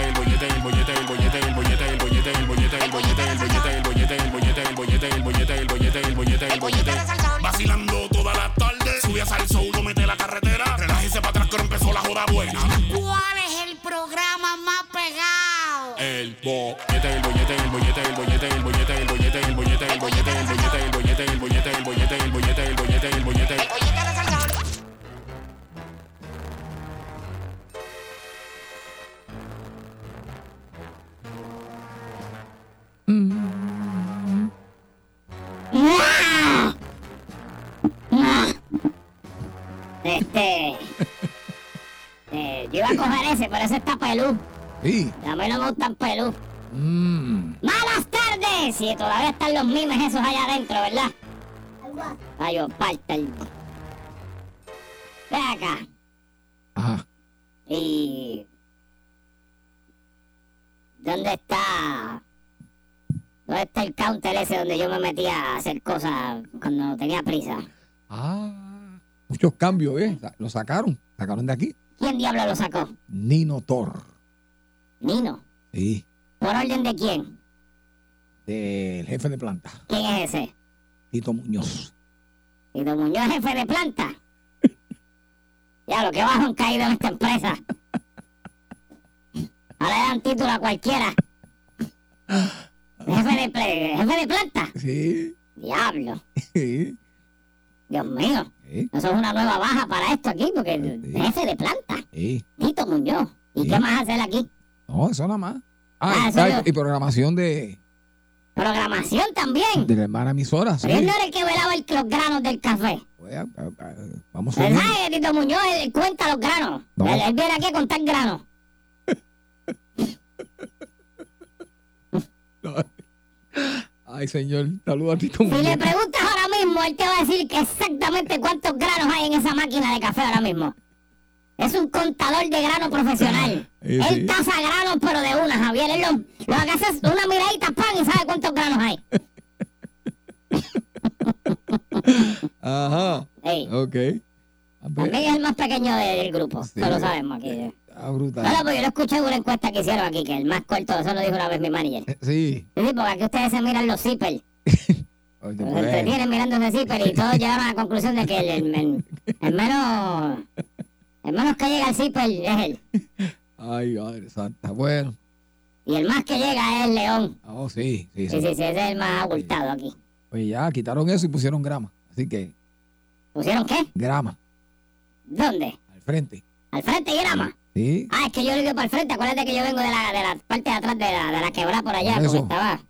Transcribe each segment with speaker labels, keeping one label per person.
Speaker 1: el bollete, el bollete, el bollete, el bollete, el bollete, el bollete, el bollete, el bollete, el bollete, el bollete, el bollete, el bollete, el bollete, el bollete. Vacilando toda la tarde, subí a Salso, uno mete la carretera, relájese para atrás que ahora empezó la joda buena.
Speaker 2: ¿Cuál es el programa más pegado?
Speaker 1: El bollete, el bollete, el bollete, el bollete, el bollete, el bollete, el bollete, el bollete, el bollete, el bollete, el bollete, el bollete, el bollete, el bollete, el bollete.
Speaker 3: Este. eh, yo iba a coger ese, pero ese está pelú.
Speaker 4: Sí.
Speaker 3: A mí no me gustan pelú.
Speaker 4: Mm.
Speaker 3: ¡Malas tardes! Si todavía están los mimes esos allá adentro, ¿verdad? Ay, yo parta el. Ve acá.
Speaker 4: Ajá.
Speaker 3: Y. ¿Dónde está? ¿Dónde está el counter ese donde yo me metía a hacer cosas cuando tenía prisa?
Speaker 4: Ah. Muchos cambios, ¿eh? Sa- Lo sacaron. Sacaron de aquí.
Speaker 3: ¿Quién diablo lo sacó?
Speaker 4: Nino Thor.
Speaker 3: Nino.
Speaker 4: Sí.
Speaker 3: ¿Por orden de quién?
Speaker 4: Del jefe de planta,
Speaker 3: ¿Quién es ese?
Speaker 4: Tito Muñoz.
Speaker 3: Y don Muñoz, jefe de planta. Ya, lo que bajo han caído en esta empresa. Ahora le dan título a cualquiera. Jefe de, pl- jefe de planta.
Speaker 4: Sí.
Speaker 3: Diablo.
Speaker 4: Sí.
Speaker 3: Dios mío.
Speaker 4: Sí.
Speaker 3: Eso es una nueva baja para esto aquí, porque el jefe de planta.
Speaker 4: Sí.
Speaker 3: Tito Muñoz. ¿Y
Speaker 4: Sí.
Speaker 3: qué más hacer aquí?
Speaker 4: No, eso nada más. Ah,
Speaker 3: Ah,
Speaker 4: y
Speaker 3: eso
Speaker 4: tal-
Speaker 3: yo-
Speaker 4: y programación de,
Speaker 3: Programación también.
Speaker 4: de la hermana emisora. Sí.
Speaker 3: Pero él no era el que velaba el- los granos del café.
Speaker 4: Bueno, ah, ah, Vamos a
Speaker 3: ¿Verdad que Tito Muñoz él cuenta los granos?
Speaker 4: No.
Speaker 3: Él, él viene aquí a contar granos.
Speaker 4: Ay, señor. Saludos a Tito
Speaker 3: Si le
Speaker 4: Muñoz.
Speaker 3: preguntas ahora mismo, él te va a decir que exactamente cuántos granos hay en esa máquina de café ahora mismo. Es un contador de grano profesional.
Speaker 4: Ah, Sí, sí.
Speaker 3: Él taza granos, pero de una, Javier. Él lo, lo que hace es una miradita, pan, y sabe cuántos granos hay.
Speaker 4: Ajá.
Speaker 3: Ey,
Speaker 4: Ok. Ah, pues, A ver,
Speaker 3: también es el más pequeño de- del grupo,
Speaker 4: Sí.
Speaker 3: eso lo sabemos aquí.
Speaker 4: ah,
Speaker 3: No, no,
Speaker 4: brutal.
Speaker 3: porque yo lo escuché en una encuesta que hicieron aquí, que el más corto, eso lo dijo una vez mi manager.
Speaker 4: Eh, Sí.
Speaker 3: Sí, porque aquí ustedes se miran los zippers.
Speaker 4: Oye,
Speaker 3: Se
Speaker 4: pues,
Speaker 3: entretienen mirándose zipper y todos llegaron a la conclusión de que el, el, el- el menos. El menos que llega al zipper es él.
Speaker 4: Ay, madre santa. Bueno.
Speaker 3: Y el más que llega es León.
Speaker 4: Oh, sí, sí,
Speaker 3: Sí,
Speaker 4: sí.
Speaker 3: sí, sí, ese es el más abultado aquí.
Speaker 4: Pues ya quitaron eso y pusieron grama. Así que,
Speaker 3: ¿Pusieron qué?
Speaker 4: grama,
Speaker 3: ¿Dónde?
Speaker 4: al frente.
Speaker 3: ¿Al frente y grama?
Speaker 4: Sí,
Speaker 3: Ah, es que yo lo digo para el frente. Acuérdate que yo vengo de la, de la parte de atrás de la, de la quebrada por allá,
Speaker 4: Por
Speaker 3: porque
Speaker 4: eso.
Speaker 3: estaba.
Speaker 4: están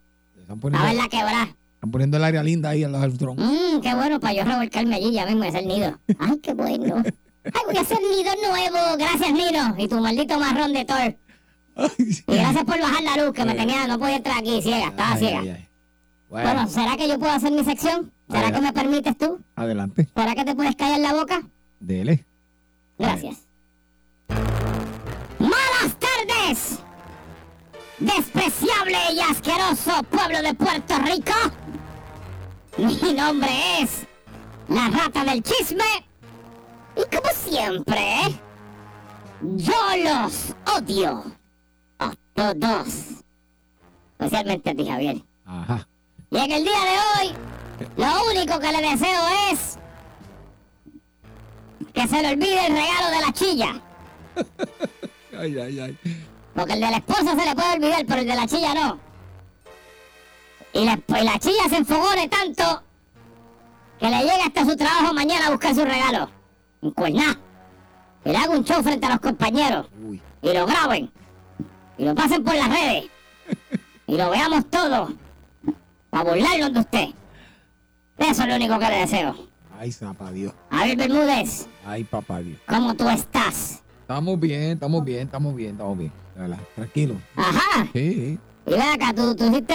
Speaker 3: Estaba en
Speaker 4: poniendo,
Speaker 3: la quebrada.
Speaker 4: están poniendo el área linda ahí al lado del tronco.
Speaker 3: Mmm, qué bueno para yo revolcarme allí ya mismo y hacer nido. Ay, qué bueno. Ay, voy a hacer nido nuevo. Gracias, Nino. Y tu maldito marrón de Thor. Y gracias por bajar la luz, que me tenía, no podía entrar aquí ciega, estaba
Speaker 4: Ay, ay,
Speaker 3: ciega.
Speaker 4: ay. Bueno,
Speaker 3: Bueno, ¿será que yo puedo hacer mi sección?
Speaker 4: Ay,
Speaker 3: ¿Será que
Speaker 4: ay.
Speaker 3: me permites tú?
Speaker 4: adelante.
Speaker 3: ¿Será que te puedes callar la boca?
Speaker 4: Dele.
Speaker 3: Gracias. Malas tardes, despreciable y asqueroso pueblo de Puerto Rico. Mi nombre es la rata del chisme. Y como siempre, yo los odio. A todos. Especialmente a ti, Javier.
Speaker 4: Ajá.
Speaker 3: Y en el día de hoy, lo único que le deseo es que se le olvide el regalo de la chilla.
Speaker 4: Ay, ay, ay.
Speaker 3: Porque el de la esposa se le puede olvidar, pero el de la chilla no. Y la, y la chilla se enfogone tanto que le llega hasta su trabajo mañana a buscar su regalo. Un cuerná. Y le haga un show frente a los compañeros.
Speaker 4: Uy.
Speaker 3: Y lo graben. Y lo pasen por las redes. Y lo veamos todo. Para burlarnos de usted. Eso es lo único que le deseo.
Speaker 4: Ay, papá Dios.
Speaker 3: Javier Bermúdez,
Speaker 4: Ay, papá Dios.
Speaker 3: ¿cómo tú estás?
Speaker 4: Estamos bien, estamos bien, estamos bien, estamos bien. Relaja, Tranquilo.
Speaker 3: Ajá.
Speaker 4: Sí, sí.
Speaker 3: Y ven acá, ¿tú, tú hiciste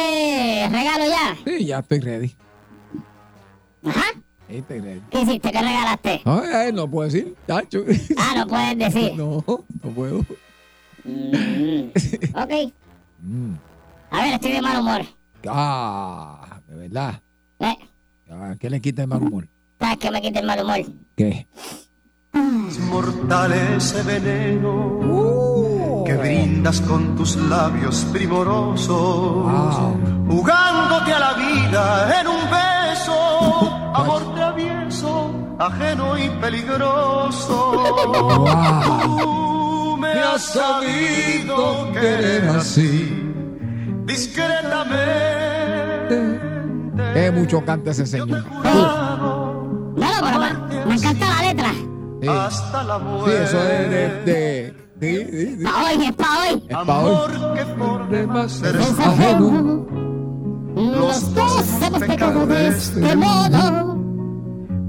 Speaker 3: regalo ya.
Speaker 4: Sí, ya estoy ready.
Speaker 3: Ajá.
Speaker 4: Sí, Estoy ready.
Speaker 3: ¿Qué hiciste? ¿Qué regalaste?
Speaker 4: Ay, ay, no puedo decir, chacho.
Speaker 3: Ah, no puedes decir.
Speaker 4: No, no puedo.
Speaker 3: Mm, ok.
Speaker 4: Mm.
Speaker 3: A ver, estoy de mal humor.
Speaker 4: Ah, de verdad.
Speaker 3: Eh,
Speaker 4: Ah, ¿Qué le quita el mal humor?
Speaker 3: ¿Sabes qué me quita el mal humor?
Speaker 4: ¿Qué?
Speaker 5: mortales ese veneno
Speaker 4: Uh.
Speaker 5: que brindas con tus labios primorosos,
Speaker 4: Wow.
Speaker 5: jugándote a la vida en un beso, amor travieso, ajeno y peligroso.
Speaker 4: Wow.
Speaker 5: Tú me has sabido querer así, discretamente.
Speaker 4: Qué mucho canta ese señor.
Speaker 5: Jurado,
Speaker 3: No, no, pero me, me encanta la letra.
Speaker 4: Sí,
Speaker 5: hasta la
Speaker 4: Sí,
Speaker 5: muerte.
Speaker 4: eso es de... de, de- sí, sí, sí.
Speaker 3: Pa' hoy, es pa' hoy.
Speaker 4: Es pa' hoy.
Speaker 5: Amor que forma seres
Speaker 3: Los
Speaker 4: Ajeno.
Speaker 3: Los dos hemos pecado de este modo.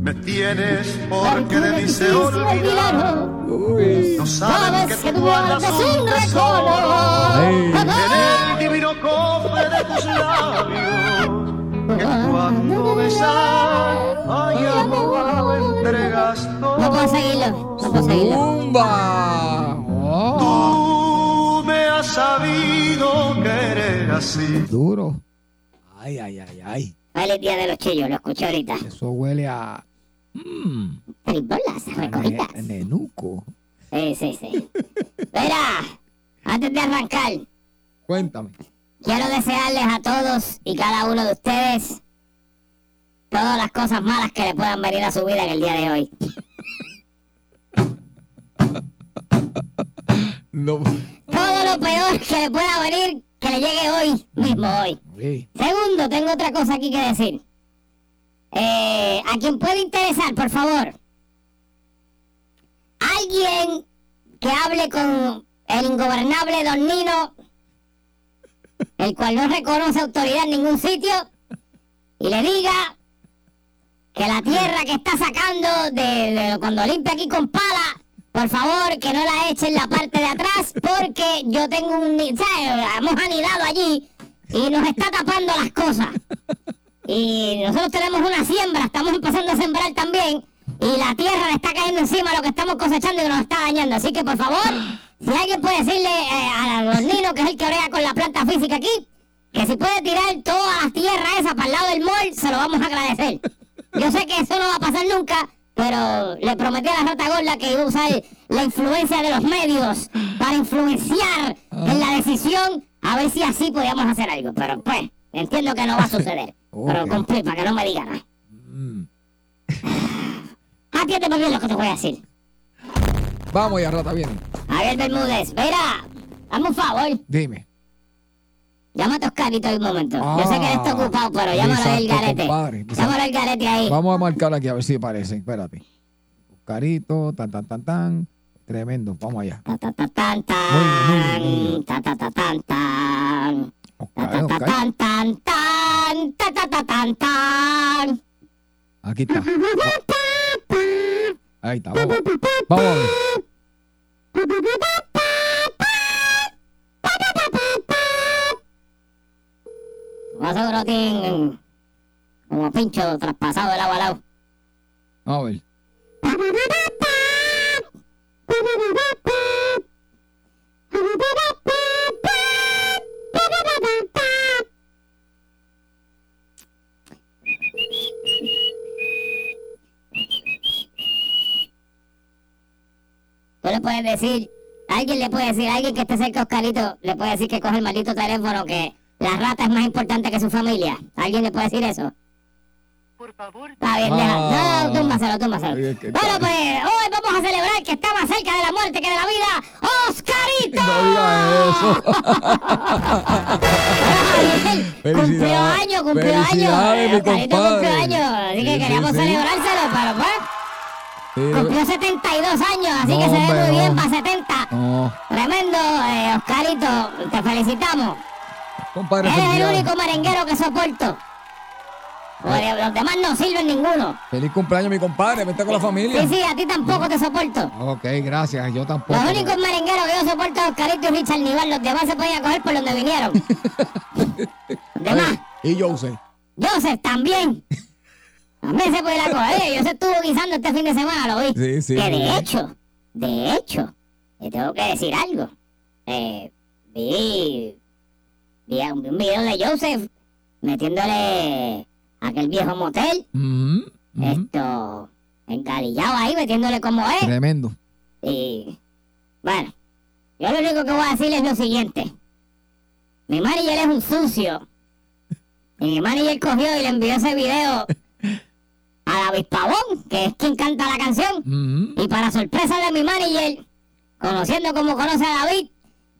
Speaker 5: Me tienes porque de mí se olvidaron.
Speaker 4: Uy.
Speaker 5: No saben
Speaker 3: Sabes
Speaker 5: que
Speaker 3: que
Speaker 5: tú guardas un tesoro
Speaker 4: Ay.
Speaker 3: recono.
Speaker 5: en el divino cofre de tus labios. Que cuando besas, ay amor, lo entregas
Speaker 3: No puedo
Speaker 5: todo.
Speaker 3: seguirlo, no puedo seguirlo.
Speaker 4: ¡Zumba! Oh,
Speaker 5: Tú me has sabido querer así.
Speaker 4: duro. Ay, ay, ay, ay.
Speaker 3: Feliz día de los chillos, lo escuché ahorita.
Speaker 4: Eso huele a... Mmm.
Speaker 3: Tripolas, recogidas.
Speaker 4: nenuco.
Speaker 3: Sí, sí, sí. Verá, antes de arrancar,
Speaker 4: Cuéntame.
Speaker 3: quiero desearles a todos y cada uno de ustedes todas las cosas malas que le puedan venir a su vida en el día de hoy.
Speaker 4: No.
Speaker 3: Todo lo peor que le pueda venir, que le llegue hoy, mismo hoy.
Speaker 4: Sí.
Speaker 3: Segundo, tengo otra cosa aquí que decir. Eh, a quien puede interesar, por favor. Alguien que hable con el ingobernable Don Nino, el cual no reconoce autoridad en ningún sitio, y le diga que la tierra que está sacando de, de- cuando limpia aquí con pala, por favor que no la eche en la parte de atrás, porque yo tengo un... ni- ¿sabes? Hemos anidado allí y nos está tapando las cosas. Y nosotros tenemos una siembra, estamos empezando a sembrar también. Y la tierra le está cayendo encima a lo que estamos cosechando y nos está dañando. Así que, por favor, si alguien puede decirle eh, a los niños, que es el que orea con la planta física aquí, que si puede tirar toda la tierra esa para el lado del mall, se lo vamos a agradecer. Yo sé que eso no va a pasar nunca, pero le prometí a la rata gorda que iba a usar la influencia de los medios para influenciar en la decisión, a ver si así podíamos hacer algo. Pero pues, entiendo que no va a suceder. Pero
Speaker 4: Ok.
Speaker 3: cumplí para que no me digan nada.
Speaker 4: Mm.
Speaker 3: Atiéndeme bien lo que te voy a decir.
Speaker 4: Vamos ya, rata, viene.
Speaker 3: Javier Bermúdez, mira, hazme un favor.
Speaker 4: Dime.
Speaker 3: Llama a Oscarito en un momento.
Speaker 4: Ah,
Speaker 3: Yo sé que él está ocupado, pero llámalo al
Speaker 4: exacto,
Speaker 3: garete.
Speaker 4: compadre, pues, exacto.
Speaker 3: Llámalo al garete ahí.
Speaker 4: Vamos a marcar aquí a ver si aparecen. Espérate. Carito, tan, tan, tan, tan. Tremendo. Vamos allá.
Speaker 3: Ta ta ta tan
Speaker 4: Muy
Speaker 3: tan.
Speaker 4: bien,
Speaker 3: Ta ta ta tan tan. Ta
Speaker 4: Oscar,
Speaker 3: ta ta
Speaker 4: Oscar.
Speaker 3: tan tan tan. Ta ta ta tan tan.
Speaker 4: Oh. Aquí está. Ahí está. Vamos. Vamos a ver.
Speaker 3: Más seguro tienen como pincho traspasado de lado a lado.
Speaker 4: Vamos a ver.
Speaker 3: Tú le puedes decir, alguien le puede decir, alguien que esté cerca a Oscarito, le puede decir que coge el maldito teléfono, que la rata es más importante que su familia. ¿Alguien le puede decir eso? Por favor. Está bien, deja.
Speaker 4: Ah.
Speaker 3: No, túmbaselo, túmbaselo.
Speaker 4: Ay, es que-
Speaker 3: Bueno, pues hoy vamos a celebrar que está más cerca de la muerte que de la vida, Oscarito.
Speaker 4: No digas eso.
Speaker 3: Javier, Cumplió
Speaker 4: Felicidades.
Speaker 3: año, cumplió
Speaker 4: Felicidades,
Speaker 3: año.
Speaker 4: mi
Speaker 3: Oscarito
Speaker 4: compadre.
Speaker 3: cumplió año. Así que
Speaker 4: Sí, sí,
Speaker 3: queríamos
Speaker 4: sí.
Speaker 3: celebrárselo, pero pues,
Speaker 4: Sí,
Speaker 3: cumplió 72 años, así
Speaker 4: No,
Speaker 3: que se ve
Speaker 4: hombre,
Speaker 3: muy bien
Speaker 4: no.
Speaker 3: para 70.
Speaker 4: no.
Speaker 3: Tremendo, eh, Oscarito, te felicitamos.
Speaker 4: Compadre,
Speaker 3: Eres el
Speaker 4: felicidades.
Speaker 3: único merenguero que soporto. Porque los demás no sirven ninguno.
Speaker 4: Feliz cumpleaños, mi compadre. Vete con la familia.
Speaker 3: Sí, sí, a ti tampoco te soporto.
Speaker 4: Ok, gracias. Yo tampoco.
Speaker 3: Los únicos merengueros que yo soporto son Oscarito y Richard Nival. Los demás se podían coger por donde vinieron. Los demás,
Speaker 4: Y yo usé.
Speaker 3: Joseph también. También se podía coger. Oye, Joseph estuvo guisando este fin de semana, lo vi.
Speaker 4: Sí, sí.
Speaker 3: que
Speaker 4: muy bien.
Speaker 3: de hecho, de hecho, te tengo que decir algo. Eh, vi, vi un, un video de Joseph metiéndole a aquel viejo motel
Speaker 4: Ujú, ujú.
Speaker 3: esto encarillado ahí, metiéndole como es.
Speaker 4: Tremendo.
Speaker 3: Y bueno, yo lo único que voy a decir es lo siguiente. Mi manager es un sucio. Y mi manager cogió y le envió ese video a David Pavón, que es quien canta la canción.
Speaker 4: Ujú.
Speaker 3: Y para sorpresa de mi manager, conociendo como conoce a David,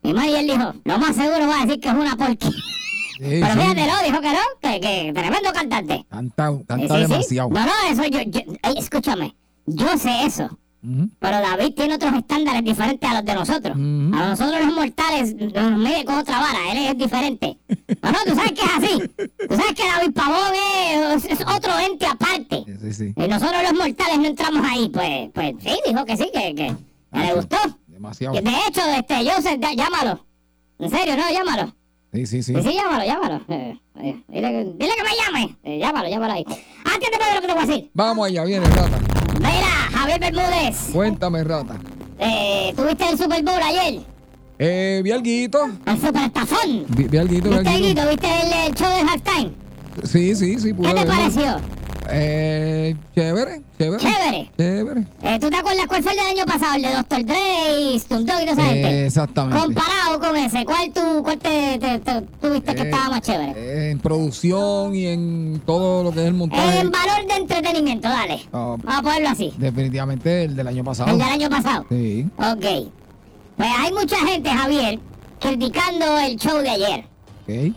Speaker 3: mi manager dijo, lo más seguro va a decir que es una porquería.
Speaker 4: Sí,
Speaker 3: Pero
Speaker 4: sí.
Speaker 3: fíjate, no, dijo que no, que, que tremendo cantante.
Speaker 4: Canta,
Speaker 3: Sí,
Speaker 4: canta
Speaker 3: sí, sí.
Speaker 4: demasiado.
Speaker 3: No, no, eso yo, yo- ey, escúchame, yo sé eso.
Speaker 4: Ujú.
Speaker 3: Pero David tiene otros estándares diferentes a los de nosotros.
Speaker 4: Ujú.
Speaker 3: A nosotros los mortales nos mide con otra vara, él es diferente. No, no, tú sabes que es así. Tú sabes que David Pavón es, es otro ente aparte.
Speaker 4: Sí, sí, sí.
Speaker 3: Y nosotros los mortales no entramos ahí. Pues, pues sí, dijo que sí, que, que, que le gustó.
Speaker 4: Demasiado.
Speaker 3: Que de hecho, este, Joseph, ya- llámalo. En serio, no, llámalo.
Speaker 4: Sí, sí, sí.
Speaker 3: Sí, sí, llámalo, llámalo. Eh, eh, dile, que, dile que me llame. Eh, llámalo, llámalo ahí. Atiéndeme de lo que te voy a decir.
Speaker 4: Vamos allá, viene Rata.
Speaker 3: Mira, Javier Bermúdez.
Speaker 4: Cuéntame, Rata.
Speaker 3: Eh, ¿Tuviste el Super Bowl ayer?
Speaker 4: Eh, vi alguito.
Speaker 3: El superestafón.
Speaker 4: Vi, vi alguito, vi
Speaker 3: ¿Viste el
Speaker 4: alguito.
Speaker 3: grito? ¿Viste el, el show de halftime?
Speaker 4: Sí, sí, sí.
Speaker 3: ¿Qué
Speaker 4: pude
Speaker 3: te
Speaker 4: verlo.
Speaker 3: pareció?
Speaker 4: Eh, chévere, chévere.
Speaker 3: Chévere.
Speaker 4: Chévere.
Speaker 3: Eh, ¿Tú te acuerdas cuál fue el del año pasado? El de Dr. Dre y Snoop Dogg y toda esa
Speaker 4: Eh,
Speaker 3: gente.
Speaker 4: exactamente.
Speaker 3: Comparado con ese, ¿cuál, tú, cuál te, te- te- tú viste que
Speaker 4: Eh,
Speaker 3: estaba más chévere?
Speaker 4: Eh, en producción y en todo lo que es el montaje.
Speaker 3: en valor de entretenimiento, dale.
Speaker 4: Ah,
Speaker 3: Vamos a ponerlo así.
Speaker 4: definitivamente el del año
Speaker 3: El
Speaker 4: pasado.
Speaker 3: del año pasado.
Speaker 4: Sí.
Speaker 3: Ok. Pues hay mucha gente, Javier, criticando el show de ayer.
Speaker 4: Ok.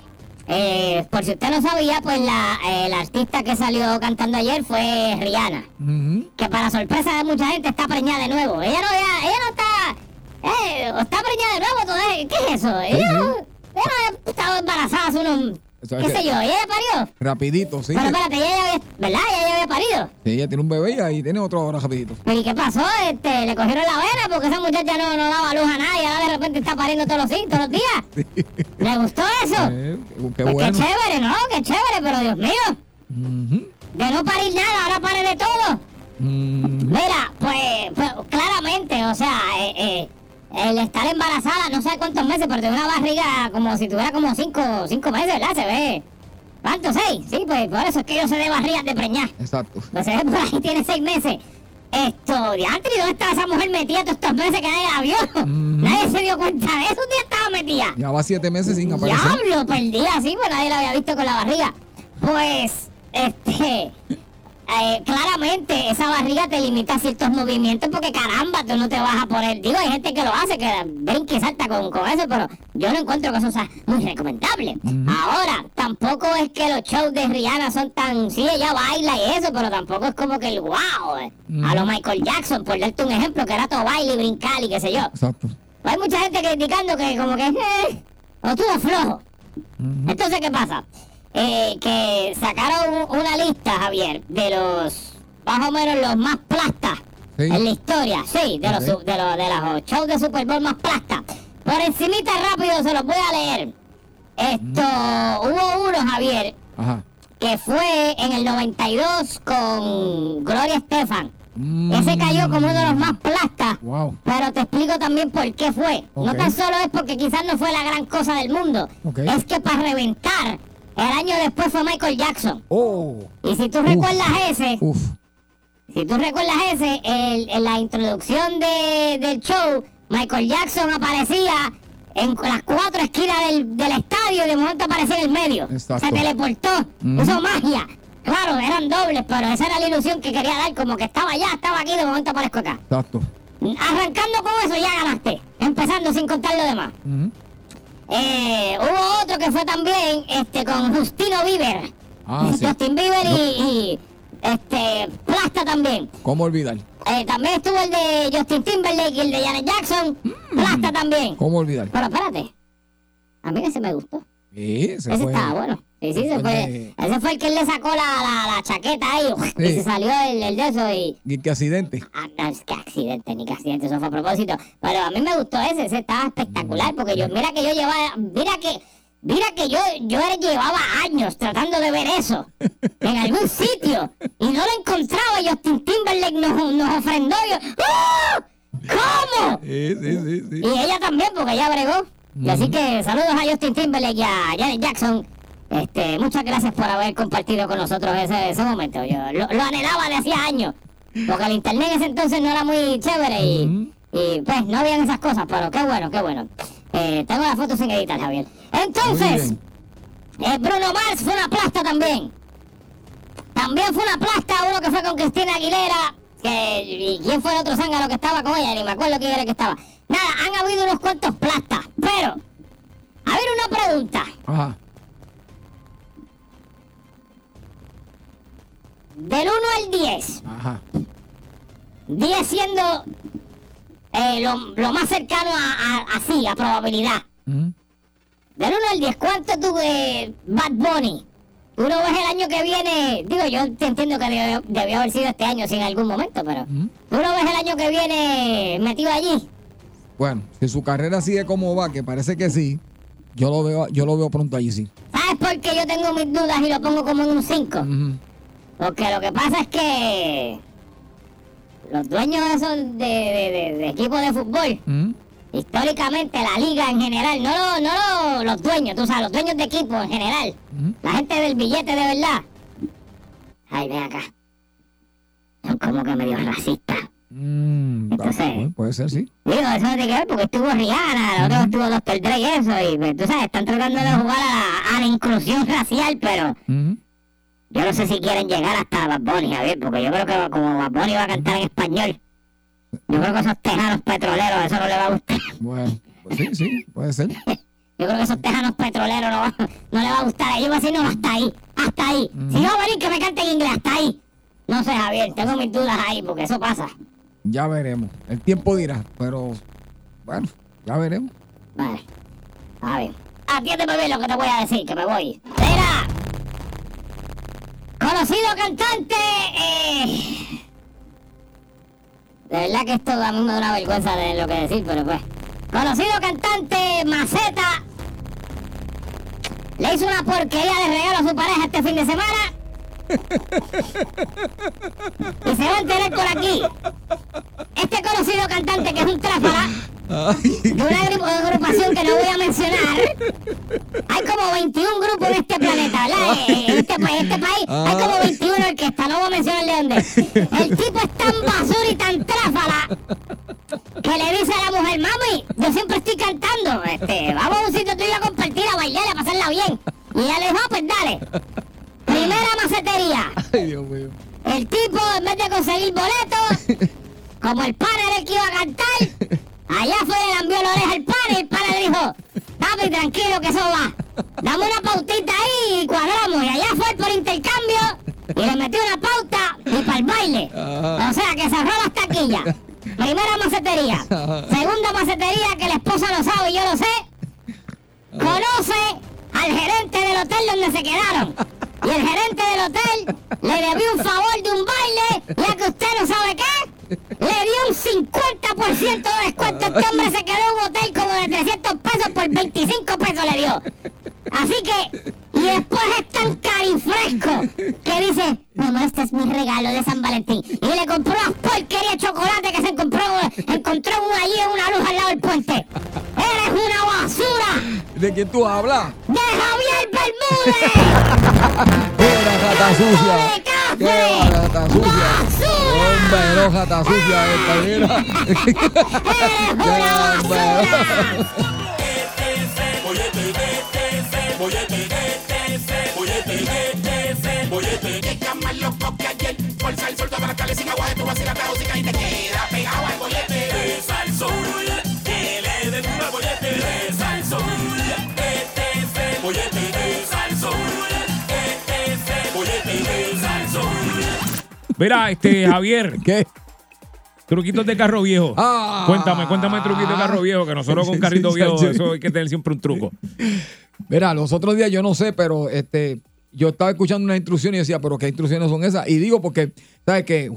Speaker 3: Eh, por si usted no sabía, pues la, eh, la artista que salió cantando ayer fue Rihanna.
Speaker 4: Ujú.
Speaker 3: que para sorpresa de mucha gente está preñada de nuevo. Ella no, ella, ella no está. eh, o está preñada de nuevo todavía. ¿Qué es eso? Ella,
Speaker 4: sí.
Speaker 3: no- ella no estaba embarazada hace unos.
Speaker 4: Eso es
Speaker 3: ¿Qué
Speaker 4: que-
Speaker 3: sé yo? ¿Ella ya parió?
Speaker 4: Rapidito, sí.
Speaker 3: Pero
Speaker 4: que-
Speaker 3: espérate, ella ya había. ¿Verdad? Ella ya había parido.
Speaker 4: sí, Ella tiene un bebé y ahí tiene otro ahora rapidito.
Speaker 3: Pues, ¿Y qué pasó? Este, le cogieron la vena porque esa muchacha no, no daba luz a nadie. Ahora de repente está pariendo todos los, sí- todos los días. ¿Le gustó eso?
Speaker 4: Eh, qué
Speaker 3: Pues
Speaker 4: bueno.
Speaker 3: qué chévere, ¿no? Qué chévere, pero Dios mío.
Speaker 4: Ujú.
Speaker 3: De no parir nada, ahora pare de todo.
Speaker 4: Mm,
Speaker 3: Mira, pues, pues, claramente, o sea, eh, eh, el estar embarazada, no sé cuántos meses, pero tiene una barriga como si tuviera como cinco, cinco meses, ¿verdad? Se ve. ¿Cuántos? ¿Seis? Sí, pues por eso es que yo sé de barrigas de preñar.
Speaker 4: Exacto.
Speaker 3: Pues se ve por ahí, tiene seis meses. Esto, diantre, ¿y ¿dónde estaba esa mujer metida todos estos meses que nadie la vio?
Speaker 4: Mm.
Speaker 3: Nadie se dio cuenta de eso, un día estaba metida.
Speaker 4: Ya va siete meses sin aparecer.
Speaker 3: Diablo, perdida, sí, pues nadie la había visto con la barriga. Pues, este, eh, claramente esa barriga te limita a ciertos movimientos porque caramba, tú no te vas a poner. Digo, hay gente que lo hace, que brinque y salta con, con eso, pero yo no encuentro que eso sea muy recomendable. Ahora, tampoco es que los shows de Rihanna son tan, sí, ella baila y eso, pero tampoco es como que el wow, eh, a lo Michael Jackson, por darte un ejemplo, que era todo baile y brincar y qué sé yo.
Speaker 4: Exacto.
Speaker 3: Hay mucha gente criticando que como que eh, o estuvo flojo.
Speaker 4: Ujú.
Speaker 3: Entonces, ¿qué pasa? Eh, que sacaron u- una lista, Javier, de los más o menos los más plastas
Speaker 4: Sí.
Speaker 3: en la historia, sí, de los,
Speaker 4: Ok.
Speaker 3: su- de los de los shows de Super Bowl más plastas. Por encimita rápido se los voy a leer. Esto, hubo uno, Javier,
Speaker 4: Ajá.
Speaker 3: que fue en el 92 con Gloria Estefan.
Speaker 4: Mm,
Speaker 3: Ese cayó como uno de los más plastas.
Speaker 4: Wow.
Speaker 3: Pero te explico también por qué fue. No
Speaker 4: Ok.
Speaker 3: tan solo es porque quizás no fue la gran cosa del mundo.
Speaker 4: Ok.
Speaker 3: Es que para reventar, el año después fue Michael Jackson.
Speaker 4: Oh.
Speaker 3: Y si tú recuerdas ese,
Speaker 4: Uf.
Speaker 3: si tú recuerdas ese, el- en la introducción de- del show, Michael Jackson aparecía en cu- las cuatro esquinas del, del estadio y de momento aparecía en el medio.
Speaker 4: Exacto.
Speaker 3: Se teleportó.
Speaker 4: Mm.
Speaker 3: Eso magia. Claro, eran dobles, pero esa era la ilusión que quería dar, como que estaba allá, estaba aquí, de momento aparezco acá.
Speaker 4: Exacto.
Speaker 3: Arrancando con eso ya ganaste. Empezando sin contar lo demás.
Speaker 4: Ujú.
Speaker 3: Eh, hubo otro que fue también este, con Justino Bieber.
Speaker 4: Ah, sí.
Speaker 3: Justin Bieber y, y, este, Plasta también.
Speaker 4: ¿Cómo olvidar?
Speaker 3: Eh, también estuvo el de Justin Timberlake y el de Janet Jackson.
Speaker 4: Mm.
Speaker 3: Plasta también.
Speaker 4: ¿Cómo olvidar?
Speaker 3: Pero espérate. A mí ese me gustó.
Speaker 4: Sí, se
Speaker 3: Ese
Speaker 4: fue.
Speaker 3: estaba bueno. Sí, sí,
Speaker 4: se
Speaker 3: se
Speaker 4: fue
Speaker 3: fue.
Speaker 4: de-
Speaker 3: Ese fue el que él le sacó la, la, la chaqueta ahí. Y
Speaker 4: Sí.
Speaker 3: se salió el, el de eso y...
Speaker 4: Y qué accidente.
Speaker 3: Ah, no, es que accidente, ni que accidente, eso fue a propósito. Pero a mí me gustó ese, ese estaba espectacular, porque yo, mira que yo llevaba, mira que, mira que yo, yo era- llevaba años tratando de ver eso en algún sitio y no lo encontraba. Y Justin Timberlake nos, nos ofrendó. y yo, ¡ah! ¿Cómo?
Speaker 4: Sí, sí, sí, sí.
Speaker 3: Y ella también, porque ella bregó. Y así que saludos a Justin Timberlake y a Janet Jackson. Este, muchas gracias por haber compartido con nosotros ese, ese momento. Yo lo, lo anhelaba de hacía años. Porque el internet en ese entonces no era muy chévere y, y, pues no habían esas cosas, pero qué bueno, qué bueno. Eh, tengo las fotos sin editar, Javier. Entonces, eh, Bruno Mars fue una plasta también. También fue una plasta uno que fue con Cristina Aguilera. Que, ¿Y quién fue el otro zángano que estaba con ella? Ni me acuerdo quién era el que estaba. Nada, han habido unos cuantos plastas. Pero, a ver una pregunta.
Speaker 4: Ajá.
Speaker 3: Del 1 al 10,
Speaker 4: Ajá.
Speaker 3: 10 siendo eh, lo, lo más cercano a, a, a sí, a probabilidad.
Speaker 4: Mm.
Speaker 3: Del 1 al 10, ¿cuánto tú, eh, Bad Bunny? Tú lo ves el año que viene, digo, yo te entiendo que debió, debió haber sido este año, sí, en algún momento, pero tú lo ves el año que viene metido allí.
Speaker 4: Bueno, si su carrera sigue como va, que parece que sí, yo lo veo, yo lo veo pronto allí, sí.
Speaker 3: ¿Sabes por qué yo tengo mis dudas y lo pongo como en un 5?
Speaker 4: Ujú.
Speaker 3: Porque lo que pasa es que los dueños esos de, de- de- de equipos de fútbol,
Speaker 4: Mm.
Speaker 3: históricamente la liga en general, no, lo- no lo- los dueños, tú sabes, los dueños de equipos en general,
Speaker 4: Ujú.
Speaker 3: la gente del billete de verdad. Ay, ven acá. Son como que medio racistas.
Speaker 4: Mm,
Speaker 3: Entonces-
Speaker 4: ah, bueno, puede ser, sí.
Speaker 3: Digo, eso no tiene que ver porque estuvo Rihanna, el otro estuvo Dr. Dre y eso, y pues, tú sabes, están tratando de jugar a la, a la inclusión racial, pero
Speaker 4: Ujú.
Speaker 3: yo no sé si quieren llegar hasta Bad Bunny, Javier, porque yo creo que como Bad Bunny va a cantar en español, yo creo que esos tejanos petroleros, eso no le va a gustar.
Speaker 4: Bueno, pues sí, sí, puede ser.
Speaker 3: Yo creo que esos tejanos petroleros no, va- no le va a gustar. Ellos van a decir, no, hasta ahí, hasta ahí. Si no, venir que me cante en inglés, hasta ahí. No sé, Javier, tengo mis dudas ahí, porque eso pasa.
Speaker 4: Ya veremos. El tiempo dirá, pero bueno, ya veremos.
Speaker 3: Vale. A ver. Atiéndeme bien lo que te voy a decir, que me voy. Era. Conocido cantante. eh, De verdad que esto a mí me da una vergüenza de lo que decir, pero pues. Conocido cantante Maceta. Le hizo una porquería de regalo a su pareja este fin de semana. Y se va a enterar por aquí. Este conocido cantante que es un tráfala
Speaker 4: Ay,
Speaker 3: de una agru- agrupación que no voy a mencionar. Hay como 21 grupos en este planeta, ¿verdad? Eh, En este, pa- en este país hay como 21 orquestas, no voy a mencionar de dónde. El tipo es tan basura y tan tráfala que le dice a la mujer, mami, yo siempre estoy cantando, este, vamos a un sitio tuyo a compartir, a bailar, a pasarla bien. Y ella le dijo, "Ah, pues dale. Primera macetería.
Speaker 4: ay, Dios mío.
Speaker 3: El tipo, en vez de conseguir boletos, como el pana era el que iba a cantar, allá fue le lambió la oreja al pana y el pana le dijo, papi, tranquilo que eso va. Dame una pautita ahí y cuadramos. Y allá fue por intercambio y le metió una pauta y para el baile. O sea, que cerró las taquillas. Primera macetería. Segunda macetería que la esposa lo sabe y yo lo sé conoce al gerente del hotel donde se quedaron. Y el gerente del hotel le debió un favor de un baile, ya que usted no sabe qué. Le dio un 50% de descuento. Este hombre se quedó en un hotel como de 300 pesos por 25 pesos le dio. Así que, y después es tan carifresco que dice, mamá, este es mi regalo de San Valentín. Y le compró unas porquerías de chocolate que se compró, encontró uno allí en una luz al lado del puente. ¡Eres una basura!
Speaker 4: ¿De qué tú hablas?
Speaker 3: de Javier Bermúdez.
Speaker 4: ¡Era rata
Speaker 3: ¡Pobre
Speaker 4: sucia!
Speaker 3: café!
Speaker 4: ¡Qué barata sucia! ¡Hombre,
Speaker 3: ¡Basura!
Speaker 4: no, rata sucia esta, mira!
Speaker 3: ¡Eres una
Speaker 4: Ya,
Speaker 3: basura!
Speaker 6: Mira, este, Javier,
Speaker 4: ¿Qué?
Speaker 6: truquitos de carro viejo.
Speaker 4: Ah.
Speaker 6: Cuéntame, cuéntame truquitos de carro viejo, que nosotros
Speaker 4: Sí,
Speaker 6: con
Speaker 4: sí,
Speaker 6: carrito
Speaker 4: sí,
Speaker 6: viejo,
Speaker 4: sí.
Speaker 6: eso hay que tener siempre un truco.
Speaker 4: Mira, los otros días yo no sé, pero este, yo estaba escuchando unas instrucciones y decía, pero ¿qué instrucciones son esas? Y digo porque, ¿sabes que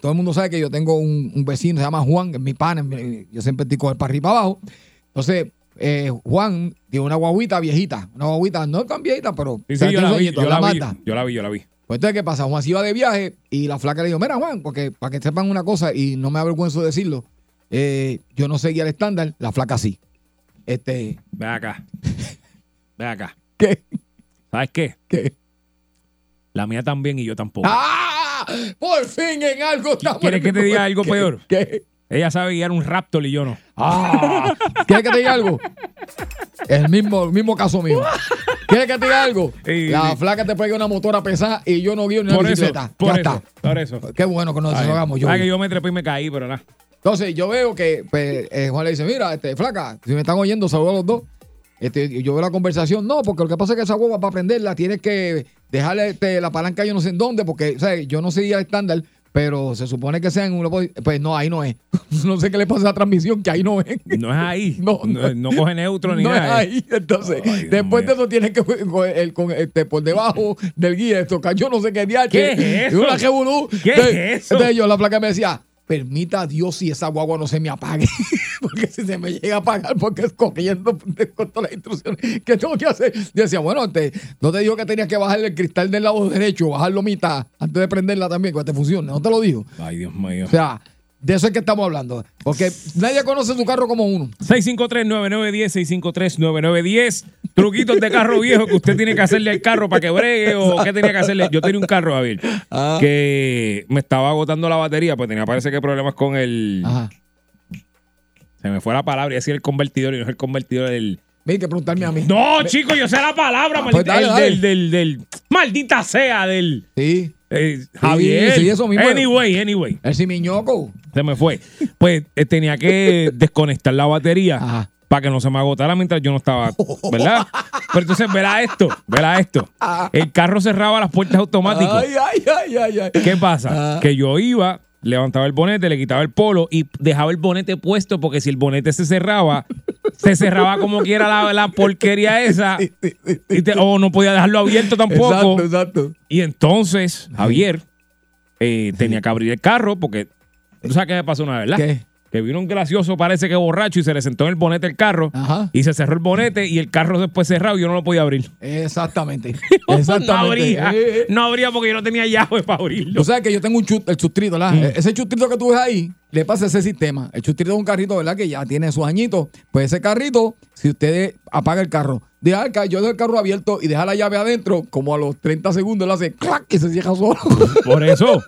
Speaker 4: todo el mundo sabe que yo tengo un, un vecino, se llama Juan, que es mi pana, mi- yo siempre estoy con él para arriba y para abajo. Entonces, eh, Juan tiene una guaguita viejita, una guaguita no tan viejita, pero
Speaker 6: Sí, sí,
Speaker 4: ¿sabes?
Speaker 6: yo
Speaker 4: Tiene
Speaker 6: la
Speaker 4: un
Speaker 6: vi,
Speaker 4: añito,
Speaker 6: yo la vi,
Speaker 4: Mazda.
Speaker 6: yo la vi, yo la vi.
Speaker 4: Pues entonces, ¿qué pasa? Juan se iba de viaje y la flaca le dijo, mira Juan, porque para que sepan una cosa y no me avergüenzo de decirlo, eh, yo no seguía el estándar, la flaca sí. Este,
Speaker 6: Ven acá. Ven acá.
Speaker 4: ¿qué?
Speaker 6: ¿Sabes qué?
Speaker 4: ¿Qué?
Speaker 6: La mía también y yo tampoco.
Speaker 4: ¡Ah! Por fin en algo estamos.
Speaker 6: ¿Quieres que te diga algo peor?
Speaker 4: pues, ¿Qué?
Speaker 6: Ella sabe guiar un Raptor y yo no.
Speaker 4: Ah, ¿Quieres que te diga algo? El mismo, el mismo caso mío. ¿Quieres que te diga algo?
Speaker 6: Sí,
Speaker 4: la
Speaker 6: sí.
Speaker 4: flaca te pega una motora pesada y yo no guío ni una
Speaker 6: Por eso,
Speaker 4: bicicleta.
Speaker 6: por
Speaker 4: ya
Speaker 6: eso,
Speaker 4: está.
Speaker 6: por eso.
Speaker 4: Qué bueno que nos
Speaker 6: Ay,
Speaker 4: deshagamos yo.
Speaker 6: ah, que yo me trepé y me caí, pero nada.
Speaker 4: Entonces yo veo que pues, eh, Juan le dice, mira, este, flaca, si me están oyendo, saludos a los dos. Este, yo veo la conversación, no, porque lo que pasa es que esa guagua para prenderla tienes que dejarle este, la palanca yo no sé en dónde, porque ¿sabes? yo no seguía el estándar, pero se supone que sea en un... Pues no, ahí no es. no sé qué le pasa a la transmisión, que ahí no es.
Speaker 6: No es ahí.
Speaker 4: No,
Speaker 6: No, no, coge neutro ni
Speaker 4: No es
Speaker 6: nada. eh.
Speaker 4: ahí, entonces.
Speaker 6: Ay, Dios
Speaker 4: después de
Speaker 6: mío.
Speaker 4: eso tienes que con el- con este, por debajo del guía esto, ca- yo no sé qué día.
Speaker 6: ¿Qué es eso?
Speaker 4: Una revolú.
Speaker 6: ¿Qué es
Speaker 4: Entonces-
Speaker 6: eso?
Speaker 4: Entonces yo la placa me decía, permita a Dios si esa guagua no se me apague. porque si se me llega a apagar, porque es cogiendo con todas las instrucciones que tengo que hacer. Yo decía, bueno, te- no te digo que tenías que bajar el cristal del lado derecho, bajarlo mitad, antes de prenderla también, que te funcione. No te lo digo.
Speaker 6: Ay, Dios mío.
Speaker 4: O sea, de eso es que estamos hablando. Porque nadie conoce su carro como uno.
Speaker 6: 653-9910, 653-9910. Truquitos de carro viejo que usted tiene que hacerle al carro para que bregue o qué tenía que hacerle. Yo tenía un carro, Javier, Ah. que me estaba agotando la batería, pues tenía parece que problemas con el...
Speaker 4: Ajá.
Speaker 6: Se me fue la palabra y así el convertidor y no es el Ah, convertidor del...
Speaker 4: Me hay que preguntarme a mí.
Speaker 6: No, chico, yo sé la palabra,
Speaker 4: pues
Speaker 6: maldita,
Speaker 4: dale,
Speaker 6: el
Speaker 4: dale.
Speaker 6: Del, del, del- Maldita sea, del...
Speaker 4: Sí.
Speaker 6: eh, Javier.
Speaker 4: sí, eso mismo.
Speaker 6: Anyway, anyway.
Speaker 4: El simiñoco.
Speaker 6: Se me fue. Pues eh, tenía que desconectar la batería
Speaker 4: Ajá.
Speaker 6: para que no se me agotara mientras yo no estaba, ¿verdad? Pero entonces, verá esto, verá esto.
Speaker 4: Ah.
Speaker 6: El carro cerraba las puertas automáticas.
Speaker 4: Ay, ay, ay, ay, ay.
Speaker 6: ¿Qué pasa?
Speaker 4: Ah.
Speaker 6: Que yo iba, levantaba el bonete, le quitaba el polo y dejaba el bonete puesto porque si el bonete se cerraba, se cerraba como quiera la, la porquería esa. Y te- o no podía dejarlo abierto tampoco.
Speaker 4: Exacto, exacto.
Speaker 6: Y entonces, Javier eh, tenía que abrir el carro porque. ¿Tú sabes qué me pasó una vez, verdad?
Speaker 4: ¿Qué?
Speaker 6: Que vino un gracioso, parece que borracho, y se le sentó en el bonete el carro.
Speaker 4: Ajá.
Speaker 6: Y se cerró el bonete y el carro después cerrado y yo no lo podía abrir.
Speaker 4: Exactamente.
Speaker 6: No
Speaker 4: Exactamente.
Speaker 6: abría.
Speaker 4: Eh, eh.
Speaker 6: No abría porque yo no tenía llave para abrirlo.
Speaker 4: Tú sabes que yo tengo un chut, el chustrito, ¿verdad? E- Ese chustrito que tú ves ahí, le pasa ese sistema. El chustrito es un carrito, ¿verdad? Que ya tiene sus añitos. Pues ese carrito, si usted apaga el carro, deja el carro, yo dejo el carro abierto y deja la llave adentro, como a los 30 segundos le hace clac y se cierra solo.
Speaker 6: Por eso.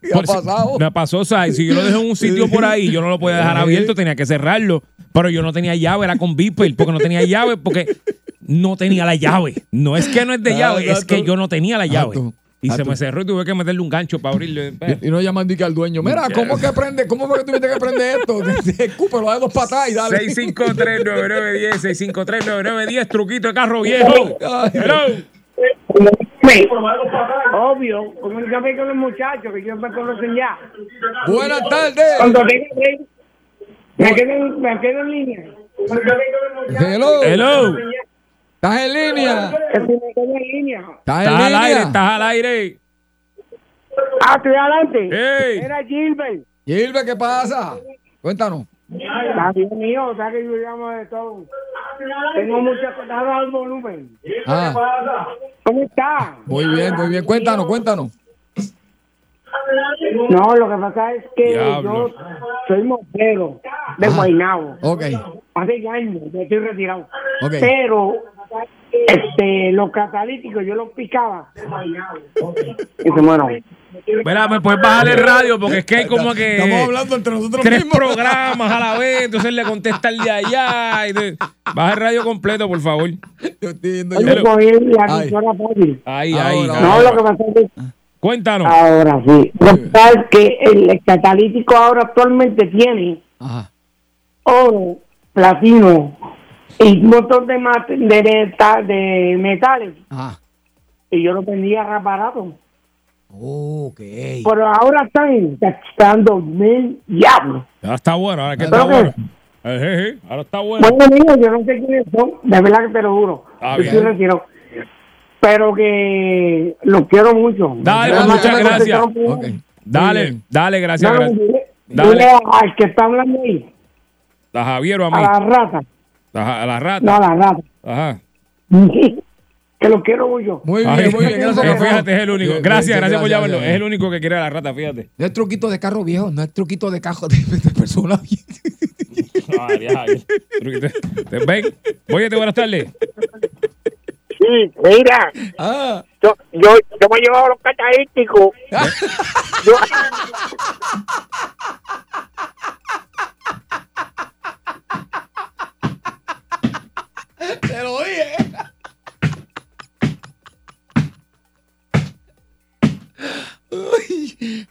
Speaker 4: ¿Qué ha
Speaker 6: Por si-
Speaker 4: pasado?
Speaker 6: Me pasó, o sea, si yo lo dejé en un sitio por ahí, yo no lo podía dejar abierto, tenía que cerrarlo. Pero yo no tenía llave, era con Viper, porque no tenía llave, porque no tenía la llave. No es que no es de
Speaker 4: Ah,
Speaker 6: llave, es
Speaker 4: exacto.
Speaker 6: que yo no tenía la llave.
Speaker 4: Exacto,
Speaker 6: Y se
Speaker 4: exacto.
Speaker 6: me cerró y tuve que meterle un gancho para abrirle.
Speaker 4: Y y no llaman ni que al dueño. Mira, ¿cómo que prende? ¿Cómo fue que tuviste que prender esto? Escúpelo, de dos patadas y dale.
Speaker 6: 653-9910, 653-9910, truquito de carro viejo.
Speaker 4: Oh, Ay,
Speaker 6: Hello.
Speaker 7: Obvio, comunícame con los muchachos que ellos me conocen ya.
Speaker 4: Buenas tardes.
Speaker 7: Cuando tenga break, me quedo, en- me quedo en línea. Comunícame con los muchachos.
Speaker 4: Hello.
Speaker 6: Hello.
Speaker 4: ¿Estás en línea?
Speaker 7: Que si me quedo en línea.
Speaker 4: ¿Estás en
Speaker 6: Estás al
Speaker 4: línea?
Speaker 6: aire, estás al aire.
Speaker 7: Ah, estoy adelante.
Speaker 6: Ey.
Speaker 7: Era Gilbert.
Speaker 4: Gilbert, ¿qué pasa? Cuéntanos.
Speaker 7: Está bien Ah, mío, o sea que yo llamo de todo. Tengo muchas cosas al volumen.
Speaker 4: Ah,
Speaker 7: ¿Cómo está?
Speaker 4: muy bien, muy bien. Cuéntanos, cuéntanos.
Speaker 7: No, lo que pasa es que
Speaker 6: Diablo.
Speaker 7: yo soy motero de Guaynabo.
Speaker 4: Ok,
Speaker 7: Hace años me estoy retirado.
Speaker 4: ok.
Speaker 7: Pero este, los catalíticos yo los picaba. Y se mueron.
Speaker 6: Mira, me puedes bajar el radio porque es que hay como que.
Speaker 4: Estamos hablando entre nosotros
Speaker 6: tres
Speaker 4: mismos.
Speaker 6: programas a la vez, entonces le contesta el de allá. y de- Baja el radio completo, por favor.
Speaker 4: Yo estoy viendo
Speaker 7: Yo
Speaker 4: ya.
Speaker 7: cogí pues, la
Speaker 4: Ay. Ah,
Speaker 7: emisora fácil.
Speaker 6: Ahí,
Speaker 4: Ahora,
Speaker 6: ahí.
Speaker 4: ahora.
Speaker 7: No,
Speaker 6: ahí.
Speaker 7: lo que pasa es que
Speaker 4: ah.
Speaker 6: Cuéntanos.
Speaker 7: ahora sí. Lo que pasa es que el catalítico ahora actualmente tiene
Speaker 4: Ajá.
Speaker 7: oro, platino y un montón de, mate- de, neta- de metales.
Speaker 4: Ajá.
Speaker 7: Y yo lo vendía reparado.
Speaker 4: Ok.
Speaker 7: Pero ahora están gastando mil diablos.
Speaker 6: Ahora está bueno, ahora que
Speaker 4: Pero
Speaker 6: está
Speaker 7: que-
Speaker 6: bueno. Eh, eh, eh, Ahora está bueno.
Speaker 7: Bueno, amigo, yo no sé quiénes son, de verdad que te lo juro.
Speaker 6: Ah,
Speaker 7: yo
Speaker 6: bien.
Speaker 7: estoy retirado. Pero que los quiero mucho.
Speaker 6: Dale,
Speaker 7: Nada más
Speaker 4: muchas
Speaker 7: que me
Speaker 6: gracias.
Speaker 7: contestaron
Speaker 4: Ok.
Speaker 7: primero.
Speaker 6: Dale,
Speaker 4: bien.
Speaker 6: dale, gracias.
Speaker 7: Dale,
Speaker 6: gracias.
Speaker 7: dile-
Speaker 6: Dale.
Speaker 7: dile al que está hablando ahí,
Speaker 6: A Javier o a
Speaker 7: a
Speaker 6: mí.
Speaker 7: la rata,
Speaker 6: Ajá, A la
Speaker 7: no a
Speaker 6: rata.
Speaker 7: la rata,
Speaker 6: Ajá.
Speaker 7: que los quiero mucho.
Speaker 4: Muy bien,
Speaker 6: Ay,
Speaker 4: muy bien. Gracias,
Speaker 6: eh,
Speaker 4: por-
Speaker 6: fíjate, es el único.
Speaker 4: Bien,
Speaker 6: Gracias,
Speaker 4: bien,
Speaker 6: gracias por llamarlo.
Speaker 4: gracias.
Speaker 6: Es el único que quiere a la rata, fíjate.
Speaker 4: No es truquito de carro viejo, no es truquito de cajo de, de persona
Speaker 6: Ay, ay. Truquito. Ven, oye, buenas tardes.
Speaker 7: Sí, mira,
Speaker 4: Ah,
Speaker 7: yo
Speaker 8: yo, yo, yo me llevaba los catalíticos. yo,
Speaker 4: Te lo ¿eh? dije. Uy.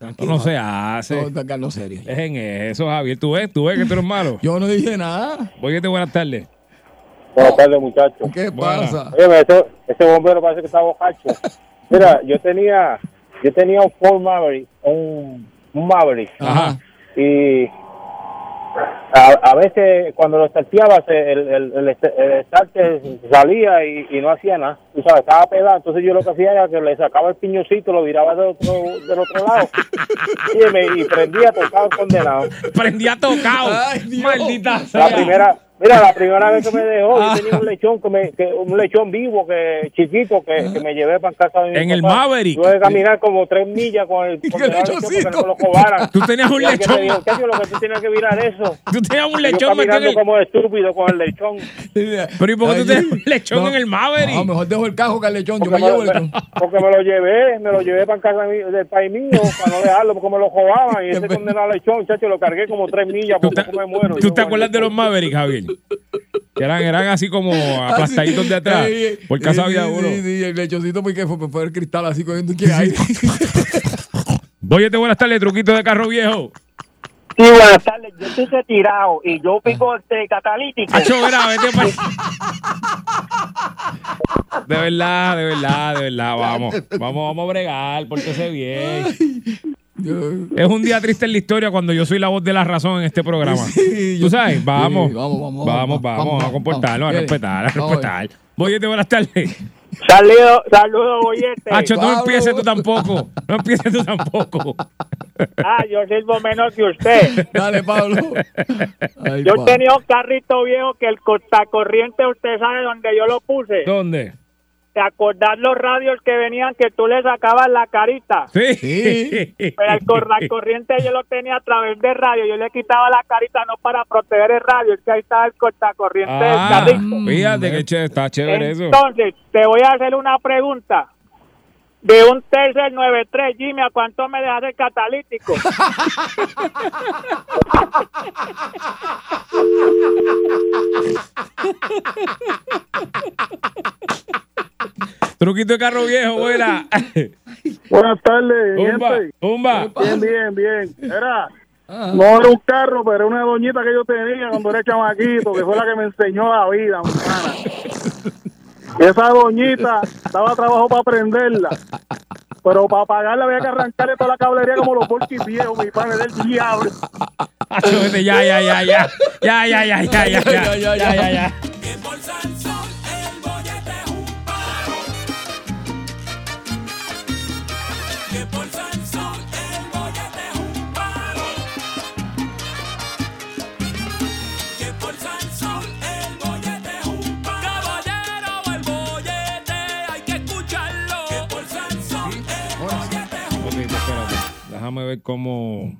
Speaker 6: Esto no se hace.
Speaker 4: No, Carlos, serio.
Speaker 6: Es en eso, Javier. Tú ves, tú ves que tú eres malo.
Speaker 4: Yo no dije nada.
Speaker 6: Oye, buenas tardes.
Speaker 8: Buenas tardes, muchachos.
Speaker 4: ¿Qué
Speaker 6: Buena.
Speaker 4: pasa?
Speaker 8: Oye, ese, ese bombero parece que está bocacho. Mira, yo tenía, yo tenía un Ford Maverick, un, un Maverick,
Speaker 4: Ajá.
Speaker 8: y a, a veces cuando lo salteaba, se- el, el, el, este- el estarte salía y, y no hacía nada. Tú sabes, estaba pelado. Entonces yo lo que hacía era que le sacaba el piñoncito, lo viraba del otro, del otro lado, y, me, y prendía, tocaba el condenado.
Speaker 6: Prendí a tocado.
Speaker 4: Ay, Dios.
Speaker 6: Maldita sea.
Speaker 8: La primera, mira, la primera vez que me dejó, yo tenía un
Speaker 6: Ah.
Speaker 8: lechón que me, que- un lechón vivo que chiquito que, que me llevé para casa de mi
Speaker 6: En el
Speaker 8: papá.
Speaker 6: Maverick.
Speaker 8: Tuve que caminar como tres millas con el
Speaker 4: ¿Y
Speaker 8: con
Speaker 4: qué
Speaker 8: el lechón porque
Speaker 4: lechoncito?
Speaker 8: no me lo cobaran.
Speaker 6: Tú tenías un
Speaker 8: Y alguien
Speaker 6: lechón.
Speaker 8: me dijo, "Cacho, lo que tú tienes que virar eso.
Speaker 6: Tú tenías un
Speaker 8: Y yo
Speaker 6: lechón metido en
Speaker 8: caminando
Speaker 6: el...
Speaker 8: como estúpido con el lechón.
Speaker 4: Pero
Speaker 6: ¿y por qué tú tienes un lechón en el Maverick?
Speaker 4: No, mejor dejo el cajo que el lechón. Yo
Speaker 8: Porque
Speaker 4: me
Speaker 8: me,
Speaker 4: llevo
Speaker 8: lo,
Speaker 4: el lechón.
Speaker 8: porque me lo llevé, me lo llevé para casa mi- del país mío, para no dejarlo, porque me lo cobaban. Y ese condenado lechón, chacho, lo cargué como tres millas
Speaker 6: ¿Tú
Speaker 8: porque
Speaker 6: te,
Speaker 8: no me muero.
Speaker 6: tú
Speaker 8: Yo
Speaker 6: te
Speaker 8: con el
Speaker 6: acuerdas de los
Speaker 8: lechón.
Speaker 6: Mavericks, Javier? Que eran, eran así como aplastaditos de atrás.
Speaker 4: Ah, Sí,
Speaker 6: por casa
Speaker 4: sí,
Speaker 6: había
Speaker 4: sí,
Speaker 6: uno.
Speaker 4: Sí, sí, el lechoncito porque fue, fue el cristal así cogiendo que aire.
Speaker 6: Oye, te buenas tardes, truquito de carro viejo.
Speaker 8: Sí, buenas tardes. Yo estoy retirado y yo pico este catalítico.
Speaker 6: Acho, verá, vete pa- De verdad, de verdad, de verdad, vamos. Vamos, vamos a bregar, pórtese bien.
Speaker 4: Yo-
Speaker 6: Es un día triste en la historia cuando yo soy la voz de la razón en este programa.
Speaker 4: Sí,
Speaker 6: ¿Tú
Speaker 4: yo-
Speaker 6: sabes?
Speaker 4: sí,
Speaker 6: Vamos.
Speaker 4: vamos, vamos,
Speaker 6: Vamos,
Speaker 4: vamos,
Speaker 6: vamos, a
Speaker 4: vamos,
Speaker 6: comportarnos, a
Speaker 4: vamos.
Speaker 6: respetar, a
Speaker 4: Vamos.
Speaker 6: respetar. Oye, te buenas tardes.
Speaker 8: Saludos, saludos, bollete.
Speaker 6: Hacho, no
Speaker 4: Pablo.
Speaker 6: empieces tú tampoco. No empieces tú tampoco.
Speaker 8: Ah, yo sirvo menos que usted.
Speaker 4: Dale, Pablo. Ay,
Speaker 8: Yo
Speaker 4: Pablo.
Speaker 8: tenía un carrito viejo que el corriente, usted sabe dónde yo lo puse.
Speaker 6: ¿Dónde?
Speaker 8: ¿Te acordás los radios que venían que tú le sacabas la carita?
Speaker 6: Sí.
Speaker 4: Sí.
Speaker 8: Pero el corriente yo lo tenía a través de radio. Yo le quitaba la carita no para proteger el radio, es que ahí estaba el cortacorriente del
Speaker 6: Ah,
Speaker 8: carrito.
Speaker 6: fíjate que che- está chévere eso.
Speaker 8: Entonces, te voy a hacer una pregunta. De un tercer 93, Jimmy, ¿a cuánto me dejas el catalítico?
Speaker 6: Truquito de carro viejo, buena.
Speaker 8: Buenas tardes,
Speaker 6: Tumba, tumba.
Speaker 8: Bien, bien, bien. Era, no era un carro, pero era una doñita que yo tenía cuando era chamaquito, que fue la que me enseñó la vida, mi hermana. Y Esa doñita daba trabajo para aprenderla. Pero para pagarla había que arrancarle toda la cablería como los porquis viejos, mi padre del diablo.
Speaker 6: Hacho, vete, Este, ya, ya, ya, ya. Ya, ya, ya, ya, ya, ya, ya, ya, ya. Ok, pues, espérate. Déjame ver cómo,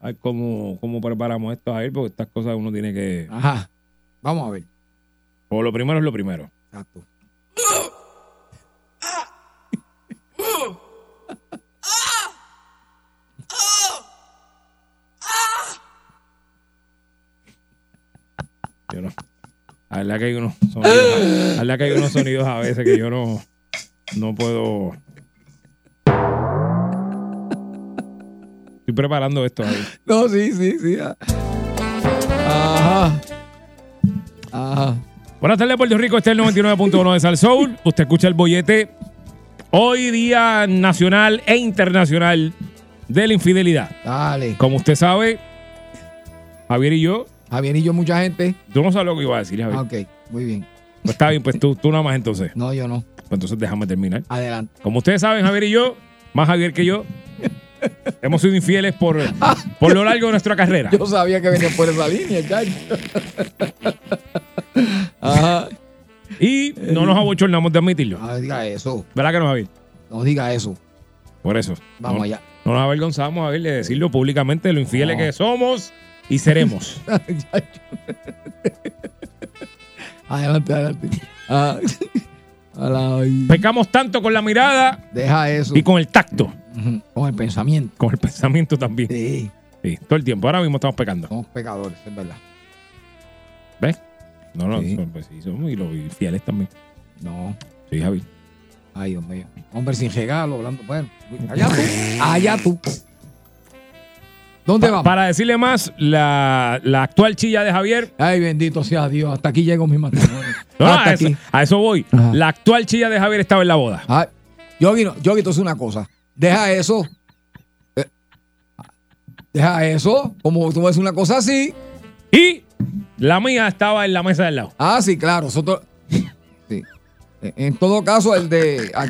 Speaker 6: ay, cómo, cómo preparamos esto a él, porque estas cosas uno tiene que...
Speaker 4: Ajá. Vamos a ver.
Speaker 6: O lo primero es lo primero.
Speaker 4: Exacto.
Speaker 6: Yo no. La verdad que hay unos sonidos, la verdad que hay unos sonidos a veces que yo no, no puedo. Estoy preparando esto ahí.
Speaker 4: No, sí, sí, sí. ah. Ajá. Ajá.
Speaker 6: Buenas tardes, Puerto Rico. Este es el 99.1 de Sal Soul. Usted escucha el bollete. Hoy día nacional e internacional de la infidelidad.
Speaker 4: Dale.
Speaker 6: Como usted sabe, Javier y yo,
Speaker 4: Javier y yo, mucha gente.
Speaker 6: tú no sabes lo que iba a decir,
Speaker 4: Ah,
Speaker 6: Javier.
Speaker 4: ok, muy bien.
Speaker 6: Pues está bien, pues tú, tú nada más entonces.
Speaker 4: No, yo no.
Speaker 6: Pues entonces déjame terminar.
Speaker 4: Adelante.
Speaker 6: Como ustedes saben, Javier y yo, más Javier que yo, hemos sido infieles por, por lo largo de nuestra carrera.
Speaker 4: Yo sabía que venía por esa línea, chacho. Ajá.
Speaker 6: Y no nos abochornamos de admitirlo.
Speaker 4: No diga eso.
Speaker 6: ¿Verdad que no, Javier?
Speaker 4: No diga eso.
Speaker 6: Por eso.
Speaker 4: Vamos
Speaker 6: no,
Speaker 4: allá.
Speaker 6: No nos avergonzamos, Javier, de decirlo públicamente, de lo infieles que somos y seremos.
Speaker 4: Ah. Adelante, adelante. Ajá. A la-
Speaker 6: Pecamos tanto con la mirada
Speaker 4: Deja eso.
Speaker 6: y con el tacto,
Speaker 4: Ujú, con el pensamiento.
Speaker 6: con el pensamiento también.
Speaker 4: Sí.
Speaker 6: Sí, todo el tiempo. Ahora mismo estamos pecando.
Speaker 4: Somos pecadores, es verdad.
Speaker 6: ¿Ves? No, no,
Speaker 4: Sí.
Speaker 6: pues sí, somos y los infieles también.
Speaker 4: No.
Speaker 6: Sí, Javi.
Speaker 4: Ay, Dios mío. Hombre sin regalo, hablando. Bueno, allá tú. Allá tú. ¿Dónde vamos?
Speaker 6: Para decirle más, la, la actual chilla de Javier.
Speaker 4: Ay, bendito sea Dios. Hasta aquí llego mi matrimonio.
Speaker 6: No, no,
Speaker 4: Hasta Ah,
Speaker 6: a, Ah, eso,
Speaker 4: aquí.
Speaker 6: a eso voy.
Speaker 4: Ajá.
Speaker 6: La actual chilla de Javier estaba en la boda.
Speaker 4: Ay, Yogi, no, Yogi, entonces una cosa. Deja eso. Eh, Deja eso. Como tú ves una cosa así.
Speaker 6: Y la mía estaba en la mesa del lado.
Speaker 4: Ah, sí, claro. nosotros- sí. Eh, En todo caso, el de. ah,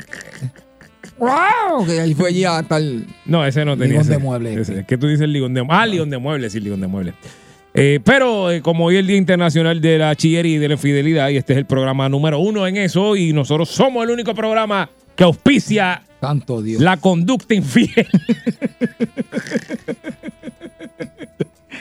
Speaker 4: ¡Wow! Que ahí fue allí hasta el.
Speaker 6: No, ese no tenía.
Speaker 4: Ligón
Speaker 6: ese.
Speaker 4: de muebles.
Speaker 6: Ese. Es que tú dices ligón de muebles. Ah, ligón de muebles, sí, ligón de muebles. Eh, pero eh, como hoy es el Día Internacional de la Chillería y de la Infidelidad, y este es el programa número uno en eso, y nosotros somos el único programa que auspicia
Speaker 4: Santo Dios.
Speaker 6: la conducta infiel.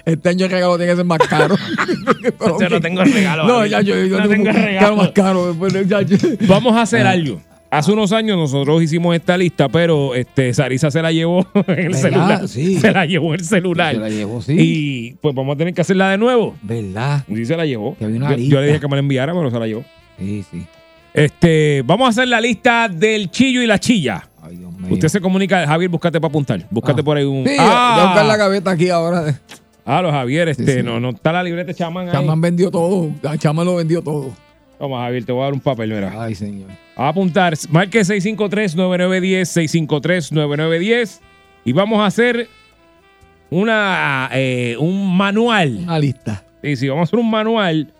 Speaker 4: Este año el regalo tiene que ser más caro. Pero,
Speaker 6: Yo Este no
Speaker 4: ok.
Speaker 6: tengo regalo,
Speaker 4: No,
Speaker 6: Gabriel.
Speaker 4: ya yo, yo
Speaker 6: No
Speaker 4: tengo
Speaker 6: tengo
Speaker 4: un
Speaker 6: regalo.
Speaker 4: regalo más caro. Bueno, ya yo-
Speaker 6: Vamos a
Speaker 4: Ah.
Speaker 6: hacer algo. Hace unos años nosotros hicimos esta lista, pero este Sarisa se la llevó en el
Speaker 4: ¿Verdad?
Speaker 6: celular.
Speaker 4: Sí.
Speaker 6: Se la llevó el celular.
Speaker 4: Se la llevó, sí.
Speaker 6: Y pues vamos a tener que hacerla de nuevo.
Speaker 4: ¿Verdad?
Speaker 6: Sí, se la llevó.
Speaker 4: Que había una
Speaker 6: Yo- yo,
Speaker 4: lista.
Speaker 6: le dije que me la enviara, pero se la llevó.
Speaker 4: Sí, sí.
Speaker 6: Este, vamos a hacer la lista del chillo y la chilla.
Speaker 4: Ay, Dios mío.
Speaker 6: Usted se comunica, Javier, búscate para apuntar. Búscate
Speaker 4: Ah.
Speaker 6: por ahí un.
Speaker 4: Sí, voy a buscar la
Speaker 6: ah,
Speaker 4: gaveta aquí ahora.
Speaker 6: ah, los Javier, este,
Speaker 4: Sí, sí.
Speaker 6: No, no está la libreta chamán ahí.
Speaker 4: Chamán vendió todo. La Chamán lo vendió todo.
Speaker 6: Toma, Javier, te voy a dar un papel, mira.
Speaker 4: Ay, señor.
Speaker 6: A apuntar, marque 653-9910, 653-9910 y vamos a hacer una, eh, un manual.
Speaker 4: Una lista.
Speaker 6: Sí, sí, vamos a hacer un manual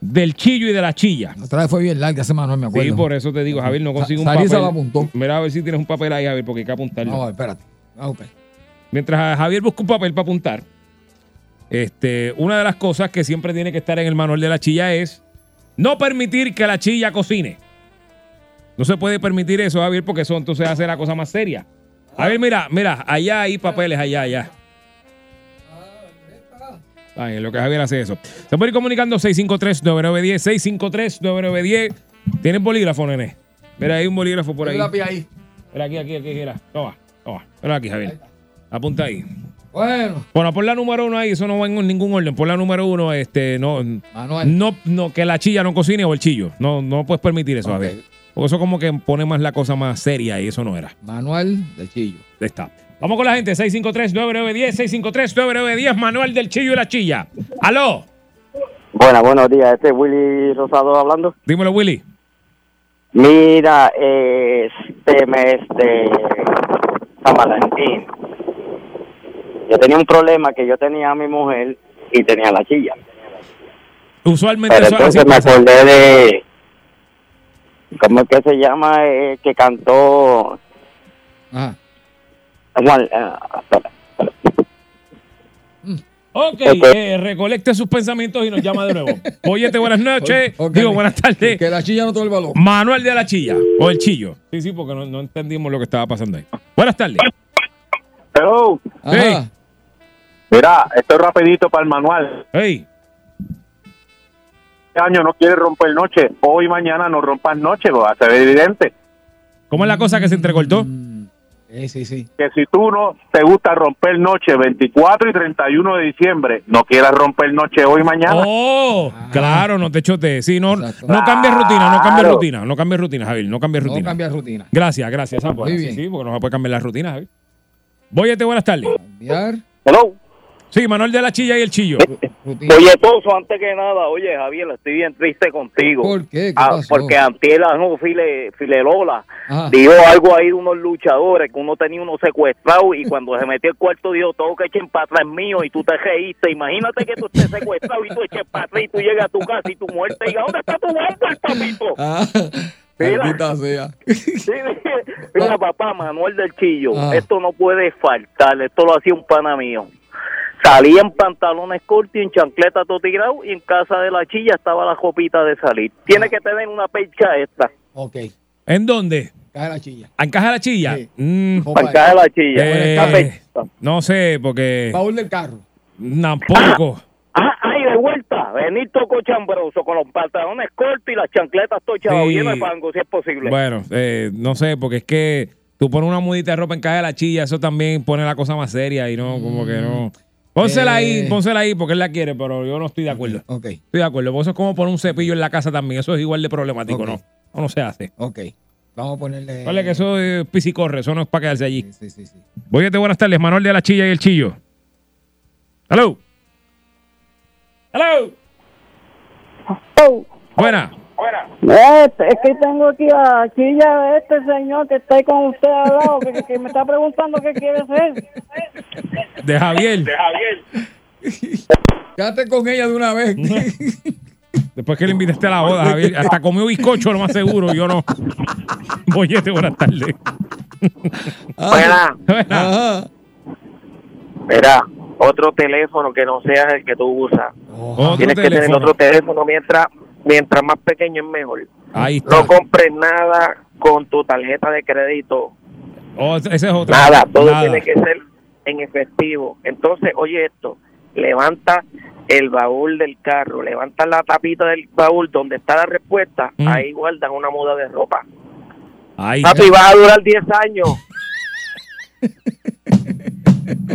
Speaker 6: del chillo y de la chilla.
Speaker 4: La otra vez fue bien larga ese manual, me acuerdo.
Speaker 6: Sí, por eso te digo, Javier, no
Speaker 4: Sa-
Speaker 6: consigo un
Speaker 4: Sarisa
Speaker 6: papel.
Speaker 4: lo apuntó.
Speaker 6: Mira a ver si tienes un papel ahí, Javier, porque hay que apuntarlo.
Speaker 4: No, espérate. Ah, ok.
Speaker 6: Mientras a Javier busca un papel para apuntar, este, una de las cosas que siempre tiene que estar en el manual de la chilla es no permitir que la chilla cocine. No se puede permitir eso, Javier, porque eso entonces hace la cosa más seria. Javier, mira, mira, allá hay papeles, allá, allá. Ay, en lo que Javier hace eso. Se puede ir comunicando 653-9910, 653-9910. ¿Tienes bolígrafo, nene? Mira, hay un bolígrafo por ahí.
Speaker 4: Hay un lápiz ahí.
Speaker 6: Mira aquí, aquí, aquí, mira. Toma, toma. Mira aquí, Javier. Apunta ahí.
Speaker 4: Bueno.
Speaker 6: Bueno, por la número uno ahí, eso no va en ningún orden. Por la número uno, este, no,
Speaker 4: Manuel.
Speaker 6: no, no, que la chilla no cocine o el chillo. No, no puedes permitir eso,
Speaker 4: Ok.
Speaker 6: Javier. Porque eso como que pone más la cosa más seria y eso no era.
Speaker 4: Manual de Chillo.
Speaker 6: Ya Está. Vamos con la gente, 653-9910, 653-9910, Manuel del Chillo y la Chilla. ¡Aló!
Speaker 8: Bueno, buenos días. Este es Willy Rosado hablando.
Speaker 6: Dímelo, Willy.
Speaker 8: Mira, este mes de San Valentín, yo tenía un problema que yo tenía a mi mujer y tenía la chilla.
Speaker 6: Usualmente
Speaker 8: Pero
Speaker 6: eso así
Speaker 8: entonces me
Speaker 6: pasa.
Speaker 8: acordé de... ¿Cómo es que se llama? eh, que cantó
Speaker 4: Ajá.
Speaker 8: Juan... ah, espera.
Speaker 6: Ok, eh, recolecte sus pensamientos y nos llama de nuevo. Oyete, buenas noches.
Speaker 4: Ok.
Speaker 6: Digo, buenas tardes.
Speaker 4: Que la chilla no toma el balón.
Speaker 6: Manuel de la Chilla o el Chillo. Sí, sí, porque no, no entendimos lo que estaba pasando ahí. Buenas tardes.
Speaker 9: Hello.
Speaker 4: Ajá.
Speaker 9: Mira, esto es rapidito para el manual.
Speaker 6: Hey,
Speaker 9: Este año no quiere romper noche. Hoy y mañana no rompas noche, lo va a ser evidente.
Speaker 6: ¿cómo es la cosa que se entrecortó?
Speaker 4: Mm, eh, sí, sí.
Speaker 9: Que si tú no te gusta romper noche 24 y 31 de diciembre, no quieras romper noche hoy y mañana.
Speaker 6: Oh,
Speaker 4: Ah.
Speaker 6: claro, no te chotees. Sí, no, no
Speaker 4: Exacto.
Speaker 6: cambies rutina, no cambies
Speaker 9: Claro.
Speaker 6: rutina, no cambies rutina, Javier, no cambies
Speaker 4: No
Speaker 6: rutina.
Speaker 4: cambiar rutina.
Speaker 6: Gracias, gracias, Sampo.
Speaker 4: Muy
Speaker 6: Sí,
Speaker 4: bien.
Speaker 6: sí, porque no se puede cambiar la rutina, Javier. Voyete, buenas tardes.
Speaker 4: Cambiar
Speaker 8: Hello.
Speaker 6: Sí, Manuel de la Chilla y el Chillo.
Speaker 4: rutina.
Speaker 8: Eh, Oye, Pozo, antes que nada, oye, Javier, estoy bien triste contigo.
Speaker 4: ¿Por qué? ¿Qué
Speaker 8: Ah,
Speaker 4: pasó?
Speaker 8: porque antier no, File, Filelola
Speaker 4: Ajá.
Speaker 8: dijo algo ahí de unos luchadores que uno tenía uno secuestrado y cuando se metió el cuarto dijo, todo que echen para atrás mío y tú te reíste. Imagínate que tú estés secuestrado y tú eches para atrás y tú llegas a tu casa y tu muerte diga, ¿dónde está tu muerte, papito?
Speaker 4: Ah,
Speaker 8: Mira.
Speaker 4: maldita sea.
Speaker 8: Sí, mira, mira, papá, Manuel del Chillo,
Speaker 4: Ah.
Speaker 8: esto no puede faltar, esto lo hacía un pana mío. Salía en pantalones cortos y en chancleta todo tirado y en casa de la chilla estaba la copita de salir.
Speaker 4: Ah.
Speaker 8: Tiene que tener una percha esta,
Speaker 4: Ok.
Speaker 6: ¿En dónde?
Speaker 4: Cae la chilla.
Speaker 6: ¿En Caja de la Chilla?
Speaker 4: Sí.
Speaker 6: Mm,
Speaker 4: Opa,
Speaker 8: para casa de la chilla.
Speaker 6: eh,
Speaker 8: Una percha.
Speaker 6: no sé, porque
Speaker 4: Baúl del carro.
Speaker 6: tampoco.
Speaker 8: Ah, ay, de vuelta, venir todo cochambroso con los pantalones cortos y las chancletas tochadas
Speaker 6: Sí.
Speaker 8: llenas de fango, si es posible.
Speaker 6: Bueno, eh, no sé, porque es que tú pones una mudita de ropa en caja de la chilla, eso también pone la cosa más seria y no, como que no. Pónsela ahí, pónsela ahí porque él la quiere, pero yo no estoy de acuerdo.
Speaker 4: Ok.
Speaker 6: Estoy de acuerdo, porque eso es como poner un cepillo en la casa también, eso es igual de problemático, ¿no? Eso no se hace.
Speaker 4: Ok. Vamos a ponerle.
Speaker 6: Vale, que eso es pis y corre, eso no es para quedarse allí.
Speaker 4: Sí, sí, sí.
Speaker 6: Voy a te buenas tardes, Manuel de la Chilla y el Chillo. Hello. Hello. Buena.
Speaker 10: Este, es que tengo aquí a aquí ya este señor que está ahí con usted al lado, que, que me está preguntando qué quiere ser.
Speaker 6: De Javier. De
Speaker 10: Javier.
Speaker 4: Quédate con ella de una vez.
Speaker 6: Después que le invitaste a la boda, Javier. Hasta comió bizcocho, lo más seguro. Yo no. Bollete, buenas tardes.
Speaker 8: Buena.
Speaker 4: Ah,
Speaker 6: Buena.
Speaker 8: Mira, otro teléfono que no sea el que tú usas.
Speaker 6: Otro
Speaker 8: Tienes que tener
Speaker 6: teléfono.
Speaker 8: otro teléfono mientras mientras más pequeño es mejor.
Speaker 6: Ahí está.
Speaker 8: No compres nada con tu tarjeta de crédito.
Speaker 6: Oh, ese es otro.
Speaker 8: Nada, todo
Speaker 6: Nada.
Speaker 8: tiene que ser en efectivo. Entonces, oye esto, levanta el baúl del carro, levanta la tapita del baúl donde está la respuesta,
Speaker 6: Mm.
Speaker 8: ahí guardan una muda de ropa.
Speaker 6: Ahí
Speaker 8: Papi, vas a durar 10 años.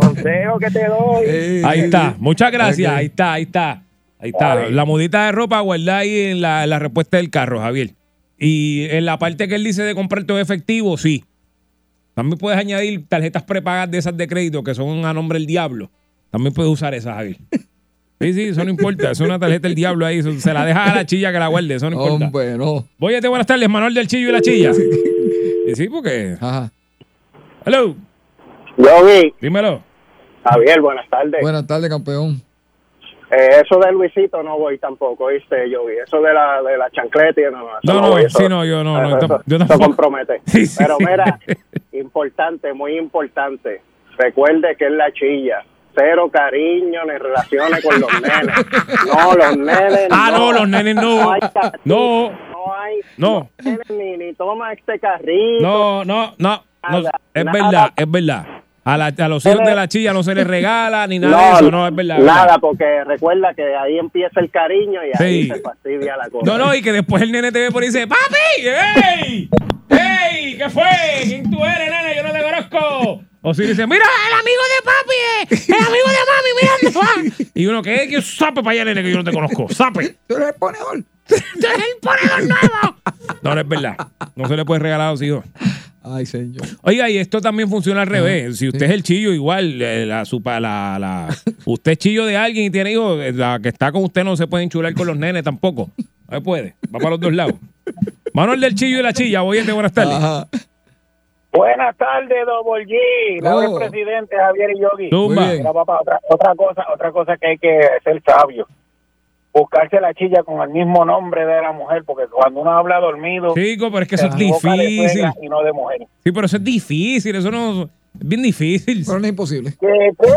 Speaker 8: Consejo que te doy.
Speaker 4: Eh.
Speaker 6: Ahí está. Muchas gracias.
Speaker 4: Ok.
Speaker 6: Ahí está, ahí está. Ahí está. La mudita de ropa guardada ahí en la, la respuesta del carro, Javier. Y en la parte que él dice de comprar todo efectivo, sí. También puedes añadir tarjetas prepagas de esas de crédito que son a nombre del diablo. También puedes usar esas, Javier. Sí, sí, eso no importa. Es una tarjeta del diablo ahí. eso Se la deja a la chilla que la guarde. Eso no importa.
Speaker 4: Hombre, no.
Speaker 6: Voy a te buenas tardes, Manuel del Chillo y la Chilla. Y sí, porque.
Speaker 4: Ajá.
Speaker 6: Hello.
Speaker 11: Yogi,
Speaker 6: Dímelo.
Speaker 11: Javier, buenas
Speaker 8: Eh.
Speaker 11: tardes.
Speaker 4: Buenas tardes, campeón.
Speaker 11: Eh, eso de Luisito no voy tampoco, ¿viste, Yogi? Eso de la, de la chancleta, y no, no, eso
Speaker 6: No, no,
Speaker 11: voy, eso-
Speaker 6: sí, no, yo no. no,
Speaker 11: eso-
Speaker 6: yo tam- yo
Speaker 11: eso
Speaker 6: tampoco.
Speaker 11: compromete. Pero mira, importante, muy importante, recuerde que es la chilla. Cero cariño ni relaciones con los nenes. No, los nenes
Speaker 6: Ah, no, los nenes no.
Speaker 11: hay cariño,
Speaker 6: No.
Speaker 11: No hay.
Speaker 6: No.
Speaker 11: los nenes Ni, ni toma este carrito.
Speaker 6: No, no, no. no,
Speaker 11: Nada,
Speaker 6: es
Speaker 11: nada.
Speaker 6: verdad, es verdad. A, la- a los hijos de la chilla no se les regala ni nada de eso, no, es verdad. es
Speaker 11: Nada,
Speaker 6: verdad.
Speaker 11: porque recuerda que ahí empieza el cariño y ahí
Speaker 6: Sí.
Speaker 11: se fastidia la cosa.
Speaker 6: No, no, y que después el nene te ve por ahí y dice, ¡Papi! ¡Ey! ¡Ey! ¿Qué fue? ¿Quién tú eres, nene? Yo no te conozco. O si dice, ¡Mira, el amigo de papi! eh, ¡El amigo de mami! ¡Mira dónde va! Y uno, ¿qué? ¿Qué sape para allá, nene, que yo no te conozco? ¡Sape!
Speaker 4: Tú eres el ponedor.
Speaker 6: ¡Tú eres el ponedor nuevo! No, no es verdad. No se le puede regalar a los hijos.
Speaker 4: Ay, señor.
Speaker 6: Oiga, y esto también funciona al revés. si usted es el chillo, igual, eh, la, su- pa- la- la- usted es chillo de alguien y tiene hijos, eh, la que está con usted no se puede enchular con los nenes tampoco. No se puede, va para los dos lados. Manuel del chillo y la chilla, oyente, buenas tardes.
Speaker 10: Buenas tardes, Double G. Raúl
Speaker 6: Oh.
Speaker 10: el presidente, Javier y Yogi.
Speaker 6: Zumba. Muy bien.
Speaker 10: Mira, papá, otra, otra cosa, otra cosa que hay que ser sabio. Buscarse la chilla con el mismo nombre de la mujer, porque cuando uno habla dormido...
Speaker 6: Chico, pero es que
Speaker 10: se
Speaker 6: eso es
Speaker 10: equivoca de suegra
Speaker 6: difícil.
Speaker 10: Y no de mujer.
Speaker 6: Sí, pero eso es difícil, eso no es bien difícil.
Speaker 4: Pero no es imposible.
Speaker 10: ¿Qué fue?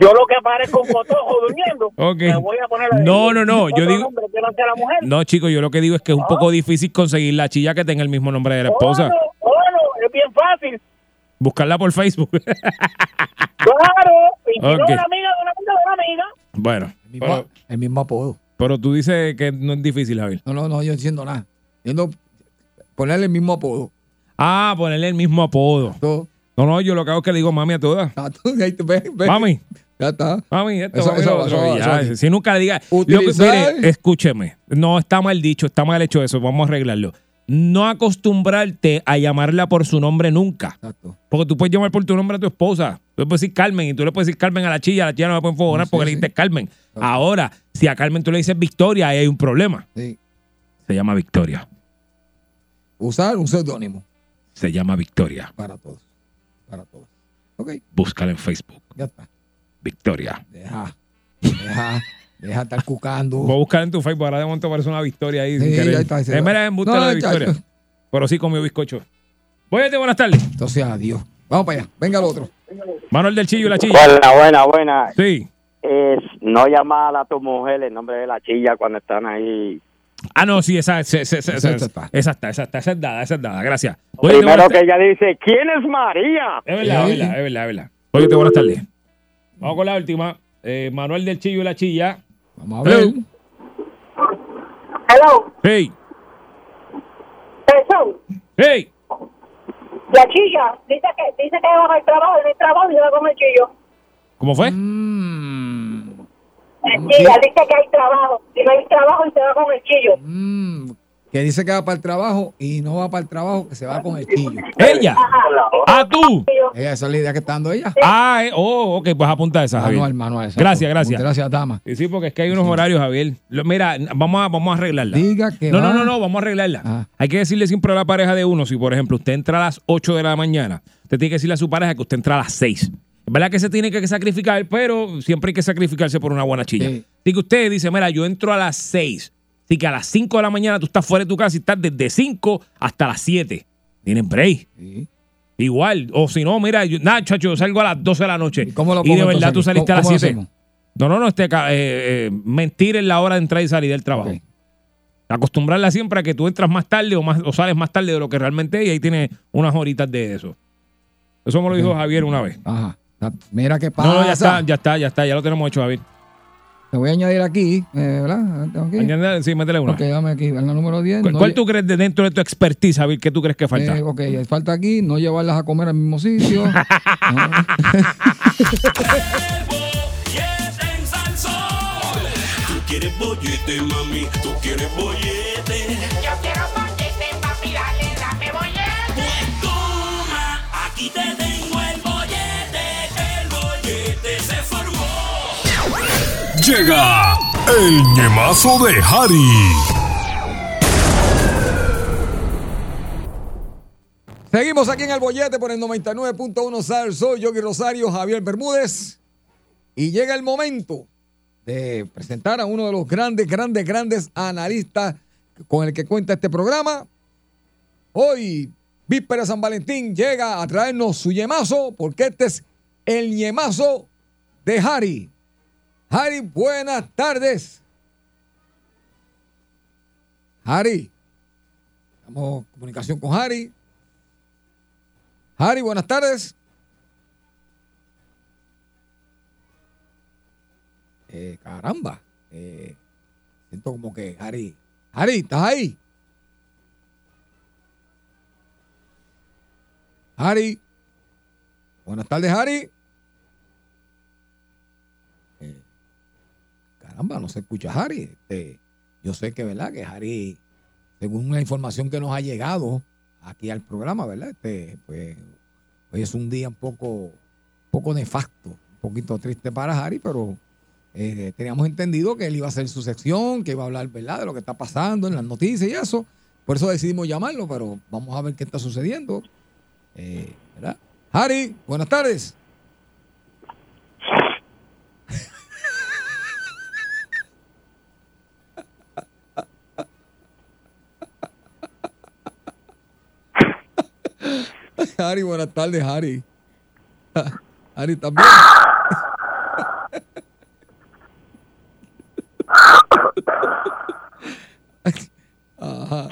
Speaker 10: Yo lo que aparezco un cotojo durmiendo,
Speaker 6: Ok.
Speaker 10: me voy a poner...
Speaker 6: No, no, no, yo
Speaker 10: otro
Speaker 6: digo-
Speaker 10: nombre Ah. que no sea la mujer.
Speaker 6: No, chico, yo lo que digo es que es un poco difícil conseguir la chilla que tenga el mismo nombre de la esposa.
Speaker 10: Bueno, bueno, es bien fácil.
Speaker 6: Buscarla por Facebook.
Speaker 10: Claro, y si no,
Speaker 6: Ok.
Speaker 10: una amiga de una amiga de una amiga.
Speaker 6: bueno, pero,
Speaker 4: El mismo apodo.
Speaker 6: pero tú dices que no es difícil, Javier.
Speaker 4: No, no, no, yo entiendo nada. Entiendo ponerle el mismo apodo.
Speaker 6: Ah, ponerle el mismo apodo.
Speaker 4: Todo.
Speaker 6: No, no, yo lo que hago es que le digo mami a todas.
Speaker 4: Ah, tú, ahí te- ve, ve.
Speaker 6: Mami,
Speaker 4: Ya está.
Speaker 6: mami, esto,
Speaker 4: Eso-
Speaker 6: mami,
Speaker 4: eso-
Speaker 6: lo otro.
Speaker 4: eso-
Speaker 6: Ya,
Speaker 4: eso-
Speaker 6: Si nunca le diga. Lo que-
Speaker 4: Utilizar-
Speaker 6: mire, escúcheme. No está mal dicho, está mal hecho eso. Vamos a arreglarlo. No acostumbrarte a llamarla por su nombre nunca.
Speaker 4: Exacto.
Speaker 6: Porque tú puedes llamar por tu nombre a tu esposa. Tú le puedes decir Carmen y tú le puedes decir Carmen a la chilla. La chilla no la puede enfogonar porque le dijiste Carmen. Ahora, si a Carmen tú le dices Victoria, ahí hay un problema.
Speaker 4: Sí.
Speaker 6: Se llama Victoria.
Speaker 4: Usar un seudónimo
Speaker 6: Se llama Victoria.
Speaker 4: para todos. Para todos.
Speaker 6: Búscala en Facebook.
Speaker 4: Ya está.
Speaker 6: Victoria.
Speaker 4: Deja. Deja. Deja estar
Speaker 6: Voy a
Speaker 4: cucando.
Speaker 6: buscar en tu Facebook. Ahora de momento parece una victoria ahí. sin
Speaker 4: Sí,
Speaker 6: querer.
Speaker 4: ahí está, ahí se
Speaker 6: Eh,
Speaker 4: va.
Speaker 6: mira, en busca
Speaker 4: No,
Speaker 6: de la
Speaker 4: ahí está,
Speaker 6: victoria.
Speaker 4: ahí
Speaker 6: Pero sí comió bizcocho. Voyete, buenas tardes.
Speaker 4: Entonces, adiós. Vamos para allá. Venga el otro.
Speaker 6: Manuel del Chillo y la Chilla.
Speaker 12: Buena, buena, buena.
Speaker 6: Sí.
Speaker 12: Es no llamar a tu mujer en nombre de la chilla cuando están ahí.
Speaker 6: Ah, no, sí, esa, esa, esa, esa, esa,
Speaker 12: Esa
Speaker 6: está. Esa está, esa está, esa es dada, esa es dada. Gracias. Óyete,
Speaker 12: Primero
Speaker 6: buenas
Speaker 12: que
Speaker 6: tardes.
Speaker 12: ella dice, ¿quién es María?
Speaker 6: Es verdad, es verdad, es verdad, es verdad. Óyete, buenas tardes. Vamos con la última. Eh, Manuel del Chillo y la Chilla.
Speaker 4: Vamos a ver.
Speaker 8: Hello,
Speaker 6: Hey,
Speaker 8: Pesón.
Speaker 6: hey.
Speaker 8: La chilla. Dice que, dice que va al trabajo, en el trabajo y yo con el chillo.
Speaker 6: ¿Cómo fue?
Speaker 4: Mm.
Speaker 8: La chilla dice que hay trabajo. Si no hay trabajo, y se va con el chillo.
Speaker 4: Que dice que va para el trabajo y no va para el trabajo, que se va con el quillo.
Speaker 6: ¿Ella? ¿A tú?
Speaker 4: Ella, esa es la idea que está dando ella.
Speaker 6: Ah, eh, oh, ok, pues apunta esa, Javier.
Speaker 4: Manual, manual, exacto.
Speaker 6: Gracias, gracias.
Speaker 4: Gracias, dama.
Speaker 6: Sí, sí, porque es que hay unos horarios, Javier. Lo- mira, vamos a, vamos a arreglarla.
Speaker 4: Diga que
Speaker 6: No,
Speaker 4: va.
Speaker 6: no, no, no, vamos a arreglarla. Hay que decirle siempre a la pareja de uno, si por ejemplo usted entra a las 8 de la mañana, usted tiene que decirle a su pareja que usted entra a las 6. Es verdad que se tiene que sacrificar, pero siempre hay que sacrificarse por una buena chilla. Así que usted dice, mira, yo entro a las 6. Así que a las 5 de la mañana tú estás fuera de tu casa y estás desde 5 hasta las 7. Tienen break. Igual. O si no, mira, yo, nada, chacho, yo salgo a las 12 de la noche. ¿Y, de
Speaker 4: pongo
Speaker 6: verdad
Speaker 4: entonces
Speaker 6: tú
Speaker 4: aquí?
Speaker 6: saliste
Speaker 4: ¿Cómo-
Speaker 6: a las
Speaker 4: cómo lo
Speaker 6: 7.
Speaker 4: hacemos?
Speaker 6: No, no, no, este, ca- eh, eh, mentir en la hora de entrar y salir del trabajo. Acostumbrarla siempre a que tú entras más tarde o, más, o sales más tarde de lo que realmente es y ahí tienes unas horitas de eso. Eso me lo dijo Javier una vez.
Speaker 4: Ajá. Mira qué pasa.
Speaker 6: No, no, ya está, ya está, ya está, ya lo tenemos hecho, Javier.
Speaker 4: Te voy a añadir aquí, eh, ¿verdad? Tengo aquí.
Speaker 6: Añade- Sí, métele una.
Speaker 4: Ok, dame aquí, en la número 10.
Speaker 6: ¿Cuál,
Speaker 4: no
Speaker 6: cuál
Speaker 4: lle-
Speaker 6: tú crees de dentro de tu expertise, Javier, que tú crees que falta?
Speaker 4: eh, ok, falta aquí, no llevarlas a comer al mismo sitio.
Speaker 13: Tú quieres bollete, mami, tú quieres bollete. Yo quiero bollete, papi, dale, dame bollete. Pues toma, aquí te tengo el bollete, el bollete se formó.
Speaker 14: Llega el ñemazo de Harry.
Speaker 4: Seguimos aquí en el bollete por el 99.1 Sal. Soy Yogi Rosario, Javier Bermúdez. Y llega el momento de presentar a uno de los grandes, grandes, grandes analistas con el que cuenta este programa. Hoy, Víspera de San Valentín llega a traernos su yemazo, porque este es el yemazo de Harry. Harry, buenas tardes. Harry, estamos en comunicación con Harry. Harry, buenas tardes. Eh, caramba. eh, siento como que, Harry. Harry, ¿estás ahí? Harry. Buenas tardes, Harry. Eh, caramba, no se escucha Harry. Este, yo sé que, ¿verdad? Que Harry, según la información que nos ha llegado aquí al programa, ¿verdad? Este, pues, hoy es un día un poco, un poco nefasto, un poquito triste para Harry, pero eh, teníamos entendido que él iba a hacer su sección, que iba a hablar, ¿verdad?, de lo que está pasando en las noticias y eso. Por eso decidimos llamarlo, pero vamos a ver qué está sucediendo. Eh, ¿verdad? Harry, buenas tardes. Harry, buenas tardes, Harry. Harry, también. Ajá.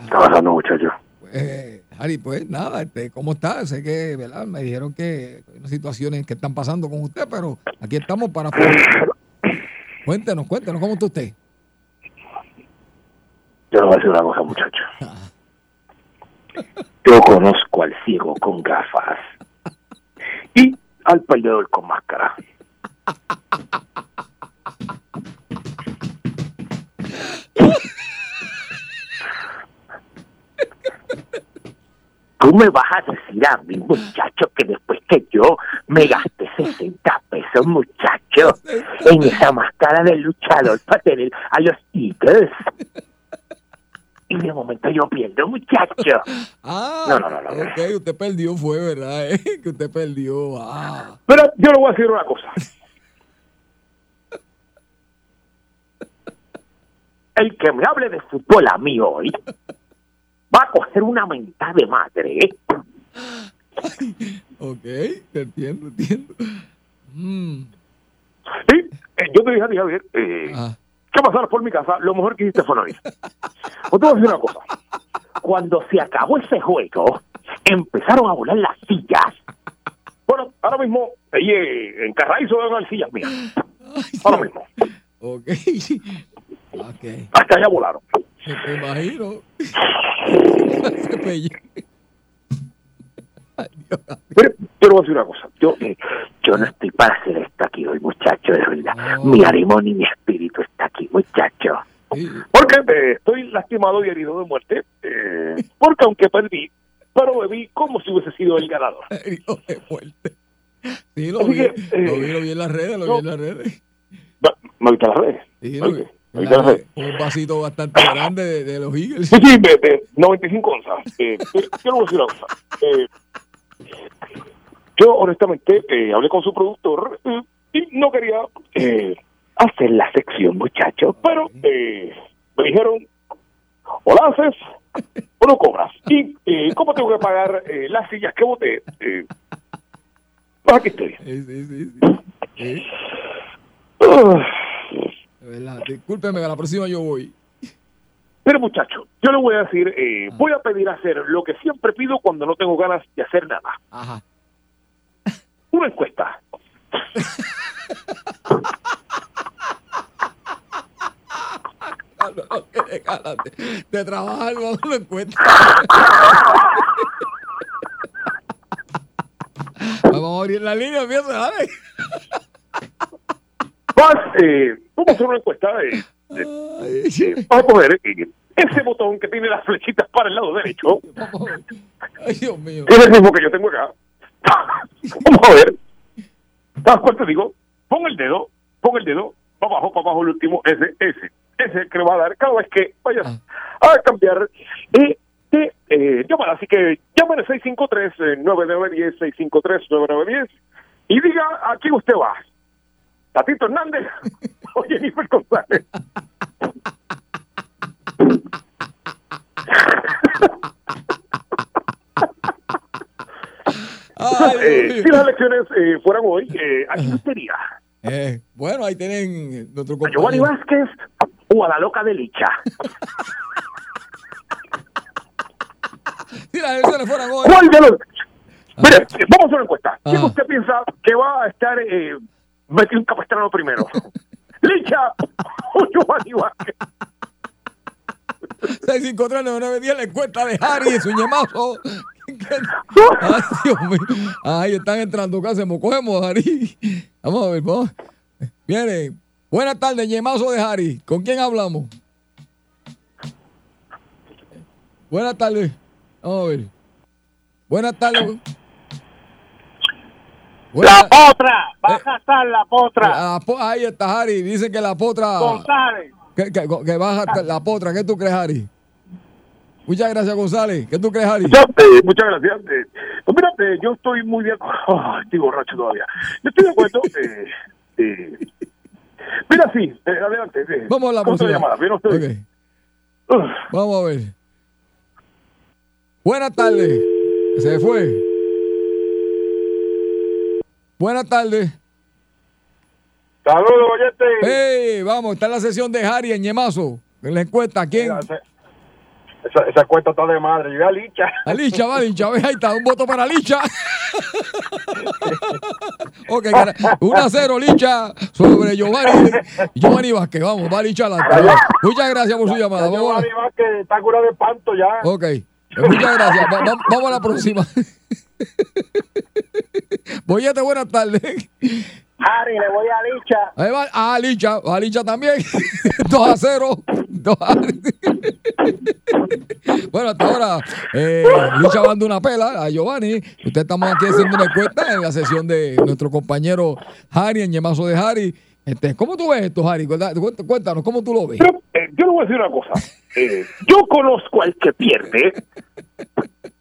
Speaker 7: ¿Qué pasa, no, muchacho?
Speaker 4: Eh, Harry, pues nada, este, ¿cómo está? Sé que, ¿verdad? Me dijeron que hay unas situaciones que están pasando con usted, pero aquí estamos para... Cuéntenos, cuéntenos, ¿cómo está usted?
Speaker 7: Yo le voy a decir una cosa, muchacho. Yo conozco al ciego con gafas y al perdedor con máscara. Tú me vas a decir a mí, muchacho, que después que yo me gasté 60 pesos, muchacho, en esa máscara de luchador para tener a los Eagles. Y de momento yo pierdo, muchacho.
Speaker 4: Ah,
Speaker 7: No, no, no, no.
Speaker 4: ok, usted perdió, fue, ¿verdad? eh? Que usted perdió. Ah.
Speaker 7: Pero yo le voy a decir una cosa. El que me hable de fútbol a mí hoy va a coger una mentada de madre. ¿eh?
Speaker 4: Ok, te entiendo, entiendo. Mm,
Speaker 7: Sí, eh, yo te dije a ti, Javier,
Speaker 4: Ah.
Speaker 7: eh, que pasaras por mi casa, lo mejor que hiciste fue no ir. Os te voy a decir una cosa. Cuando se acabó ese juego, empezaron a volar las sillas. Bueno, ahora mismo, ahí eh, en Carraizo van a las sillas mías. Ahora mismo.
Speaker 4: Ok. Ok.
Speaker 7: Hasta allá volaron.
Speaker 4: Me imagino. Se pelle-
Speaker 7: Pero, pero voy a decir una cosa. Yo, eh,
Speaker 15: Yo no estoy para hacer esto aquí hoy, muchacho, de verdad. Mi arimón y mi espíritu está aquí, muchacho.
Speaker 7: Porque eh, estoy lastimado y herido de muerte. eh, porque aunque perdí, pero bebí como si hubiese sido el ganador.
Speaker 4: Sí, lo vi, lo vi, lo vi en las redes, lo vi en las redes.
Speaker 7: ¿Me viste las redes?
Speaker 4: Sí,
Speaker 7: ¿Me
Speaker 4: lo vi.
Speaker 7: oíste? ¿Me viste las redes?
Speaker 4: Un vasito bastante grande de, de los Eagles.
Speaker 7: Sí, sí, de, de 95 onzas. Eh, pero quiero decir una cosa. Eh, yo, honestamente, eh, hablé con su productor eh, y no quería eh, hacer la sección, muchacho. Pero eh, me dijeron, o la haces o no cobras. ¿Y eh, cómo tengo que pagar eh, las sillas que boté? Eh, pues aquí estoy.
Speaker 4: Sí, sí, sí. sí.
Speaker 7: Ugh.
Speaker 4: De verdad, discúlpeme, a la próxima yo voy.
Speaker 7: Pero muchacho, yo le voy a decir, eh, voy a pedir hacer lo que siempre pido cuando no tengo ganas de hacer nada.
Speaker 4: Ajá.
Speaker 7: Una encuesta.
Speaker 4: Ah, no, no, que- cálate. De trabajar, vamos a encuentro. Vamos a abrir la línea, empieza, dale.
Speaker 7: Vas, eh, vamos a hacer una encuesta. eh, eh, eh, vas a coger eh, ese botón que tiene las flechitas para el lado derecho.
Speaker 4: Ay, Dios mío.
Speaker 7: Es el mismo que yo tengo acá. Vamos a ver. ¿Sabes cuál te digo? Pon el dedo, pon el dedo, para abajo, para abajo, el último, ese, ese. Ese que le va a dar cada vez que vayas a cambiar de, de eh, llamada. Así que llamen al eh, 653-9910, 653-9910 y diga a quién usted va. ¿Tatito Hernández o Jennifer González? Eh, si las elecciones eh, fueran hoy, eh, ¿a quién usted iría?
Speaker 4: Eh, bueno, ahí tienen nuestro
Speaker 7: ¿A Giovanni
Speaker 4: compañero.
Speaker 7: Vázquez o a la loca de Licha?
Speaker 4: Si las elecciones fueran hoy.
Speaker 7: ¿Cuál de los? Mire, eh, vamos a hacer una encuesta.
Speaker 4: Ah.
Speaker 7: ¿Quién usted piensa que va a estar eh, metido un capistrano primero? ¿Licha o Giovanni Vázquez?
Speaker 4: 653-9910, la encuesta de Harry y su ñemazo. Ay, Dios mío. Ay, están entrando casi, mo- cogemos, Harry. Vamos a ver, vamos. Viene. Buenas tardes, ñemazo de Harry. ¿Con quién hablamos? Buenas tardes. Vamos a ver. Buenas tardes.
Speaker 16: La potra, vas a estar la potra.
Speaker 4: La po- ahí está, Harry. Dice que la potra.
Speaker 16: González.
Speaker 4: Que, que- que baja hasta la potra. ¿Qué tú crees, Ari? Muchas gracias, González. ¿Qué tú crees, Ari?
Speaker 7: Eh, muchas gracias. Eh, pues mira, eh, yo estoy muy bien. Ah, estoy borracho todavía. Yo estoy de acuerdo. eh, eh, mira, sí, eh, adelante. eh,
Speaker 4: Vamos a la
Speaker 7: con otra
Speaker 4: música.
Speaker 7: llamada, ¿vieron ustedes?
Speaker 4: Ok. Vamos a ver. Buenas tardes. Se fue. Buenas tardes.
Speaker 16: Saludos, oyente.
Speaker 4: Eh. Hey, vamos, está la sesión de Harry en Ñemazo. En la encuesta, ¿quién?
Speaker 16: Esa, esa cuenta está de madre. Yo voy a Licha.
Speaker 4: A Licha, va, Licha, ve, ahí está, un voto para Licha. ok, 1 a 0, Licha, sobre Giovanni, Giovanni Vázquez. Vamos, va Licha adelante. Muchas gracias por su llamada. Vamos a-
Speaker 16: que está curado de espanto ya.
Speaker 4: Ok, muchas gracias. Va- va- vamos a la próxima. Boyete, buenas tardes.
Speaker 16: Ari, le voy a Licha.
Speaker 4: Ahí va, ah, Licha, va Licha también. 2 a 0. Dos a- bueno, hasta ahora, eh, Licha va dando una pela a Giovanni. Ustedes estamos aquí haciendo una encuesta en la sesión de nuestro compañero Harry, en Yemazo de Harry. Este, ¿Cómo tú ves esto, Harry? Cuenta- cuenta- Cuéntanos, ¿cómo tú lo ves?
Speaker 7: Eh, yo le voy a decir una cosa. Eh, yo conozco al que pierde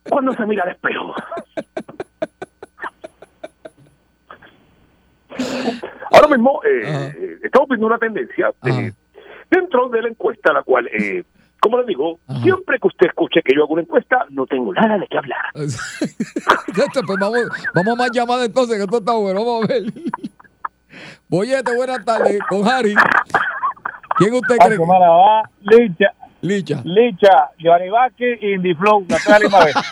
Speaker 7: cuando se mira al espejo. Ahora mismo eh, eh, estamos viendo una tendencia eh, dentro de la encuesta, la cual, eh, como les digo, siempre que usted escuche que yo hago una encuesta, no tengo nada de qué hablar.
Speaker 4: Este, pues vamos, vamos a más llamadas entonces, que esto está bueno. Vamos a ver. Boyete, buenas tardes, con Harry. ¿Quién usted cree? que-
Speaker 16: Licha.
Speaker 4: Licha.
Speaker 16: Licha, Giovanni Vázquez y Indiflow. La misma vez.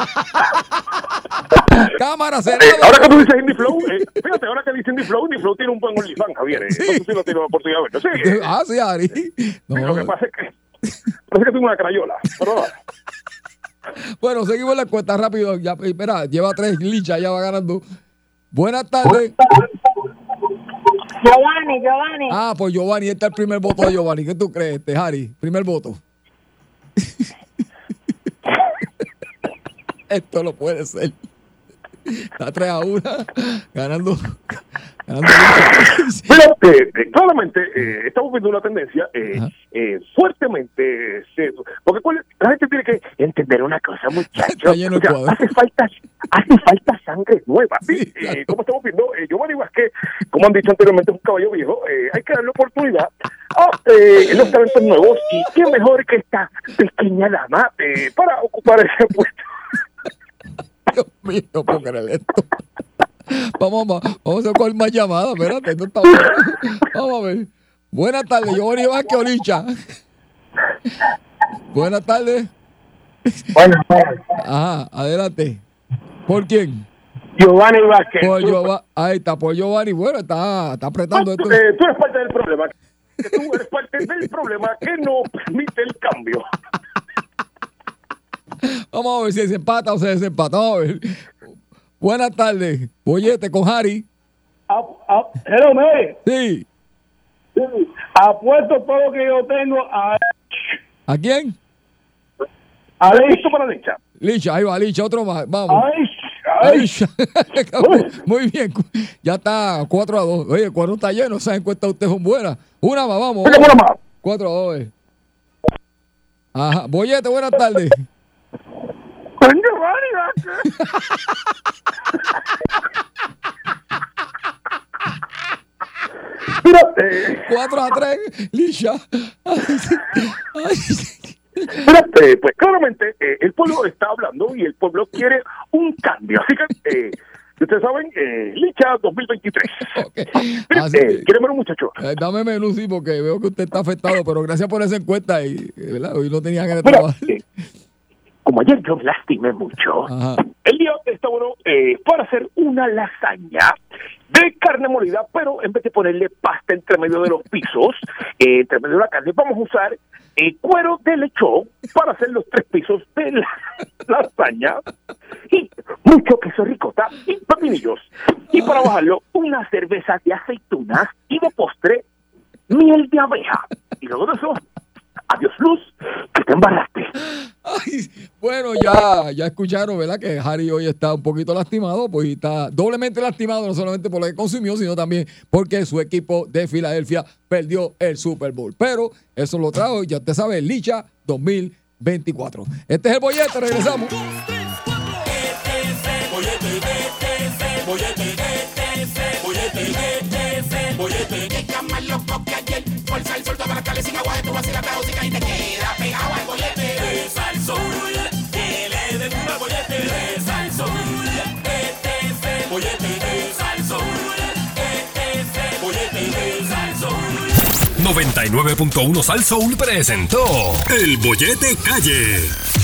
Speaker 4: Cámara
Speaker 7: Eh, ahora que tú dices Indie Flow, eh, fíjate, ahora que dice Indie Flow, Indie Flow tiene un buen OnlyFans, Javier. eh. Eso sí lo tiene la oportunidad de verlo. Sí, eh,
Speaker 4: Ah, sí, Ari.
Speaker 7: Lo que pasa es que parece que tengo una crayola. Pero no,
Speaker 4: Bueno, seguimos la cuenta rápido. Ya, espera, lleva tres lichas, ya va ganando. Buenas tardes.
Speaker 17: Giovanni, Giovanni.
Speaker 4: Ah, pues Giovanni, este es el primer voto de Giovanni. ¿Qué tú crees, este, Harry? Primer voto. Esto no puede ser. Está 3 a 1, ganando. ganando lichas.
Speaker 7: Pero eh, eh, claramente eh, estamos viendo una tendencia eh, eh, fuertemente. eh, se- porque cuál es- la gente tiene que entender una cosa, muchachos. O sea, hace falta, hace falta sangre nueva. ¿sí? Eh, como estamos viendo, eh, Giovanni Vázquez, como han dicho anteriormente, es un caballo viejo. eh, hay que darle oportunidad a eh, los talentos nuevos. Y qué mejor que esta pequeña dama eh, para ocupar ese puesto.
Speaker 4: Dios mío, no puedo creer esto. Vamos, a- vamos a coger más llamadas. Espérate, esto está bueno. Vamos a ver. Buenas tardes, Giovanni Vázquez Olicha. Buenas tardes.
Speaker 18: Buenas tardes.
Speaker 4: Ajá, adelante. ¿Por quién?
Speaker 18: Giovanni Vázquez.
Speaker 4: Por Giova- ahí está, por Giovanni. Bueno, está, está apretando este. esto.
Speaker 7: tú eres parte del problema. Que tú eres parte del problema que no permite el cambio.
Speaker 4: Vamos a ver si se empata o se desempata. Vamos a ver. Buenas tardes. Bollete con Harry.
Speaker 18: Hello, Mary.
Speaker 4: Sí.
Speaker 18: Apuesto todo lo que yo tengo a.
Speaker 4: ¿A quién?
Speaker 18: A Licha para Licha.
Speaker 4: Licha, ahí va, Licha, otro más. Vamos.
Speaker 18: Ay,
Speaker 4: Ay, Muy bien, cu- ya está 4 a 2. Oye, cuando está lleno, esas encuestas ustedes son buenas. Una más, vamos.
Speaker 18: Venga, una más.
Speaker 4: 4 a 2. eh. Ajá, Boyete, buenas tardes.
Speaker 18: Con Giovanni Vázquez.
Speaker 7: Mira, eh,
Speaker 4: 4 a 3, Licha.
Speaker 7: mira, eh, pues claramente eh, el pueblo está hablando y el pueblo quiere un cambio. Así que, eh, ustedes saben, eh, Licha 2023. Mira,
Speaker 4: Así
Speaker 7: eh,
Speaker 4: que-
Speaker 7: ¿Quieren ver un muchacho?
Speaker 4: Eh, dame menú, sí, porque veo que usted está afectado, pero gracias por esa encuesta. Y, eh, ¿verdad? Hoy no tenía ganas de
Speaker 7: Mira,
Speaker 4: trabajar.
Speaker 7: eh, como ayer yo lastimé mucho,
Speaker 4: Ajá.
Speaker 7: el día está bueno eh, para hacer una lasaña de carne molida, pero en vez de ponerle pasta entre medio de los pisos, eh, entre medio de la carne, vamos a usar eh, cuero de lechón para hacer los tres pisos de la lasaña y mucho queso ricota y pepinillos. Y para bajarlo, una cerveza de aceitunas y de postre, miel de abeja. Y luego de eso, adiós luz, que te embarraste.
Speaker 4: Bueno, ya, ya escucharon, ¿verdad? Que Harry hoy está un poquito lastimado, pues y está doblemente lastimado, no solamente por lo que consumió, sino también porque su equipo de Filadelfia perdió el Super Bowl. Pero eso lo trajo, ya usted sabe, Licha 2024. Este es el bollete, regresamos.
Speaker 1: Bollete
Speaker 14: 99.1 Sal Soul presentó El Bollete Calle.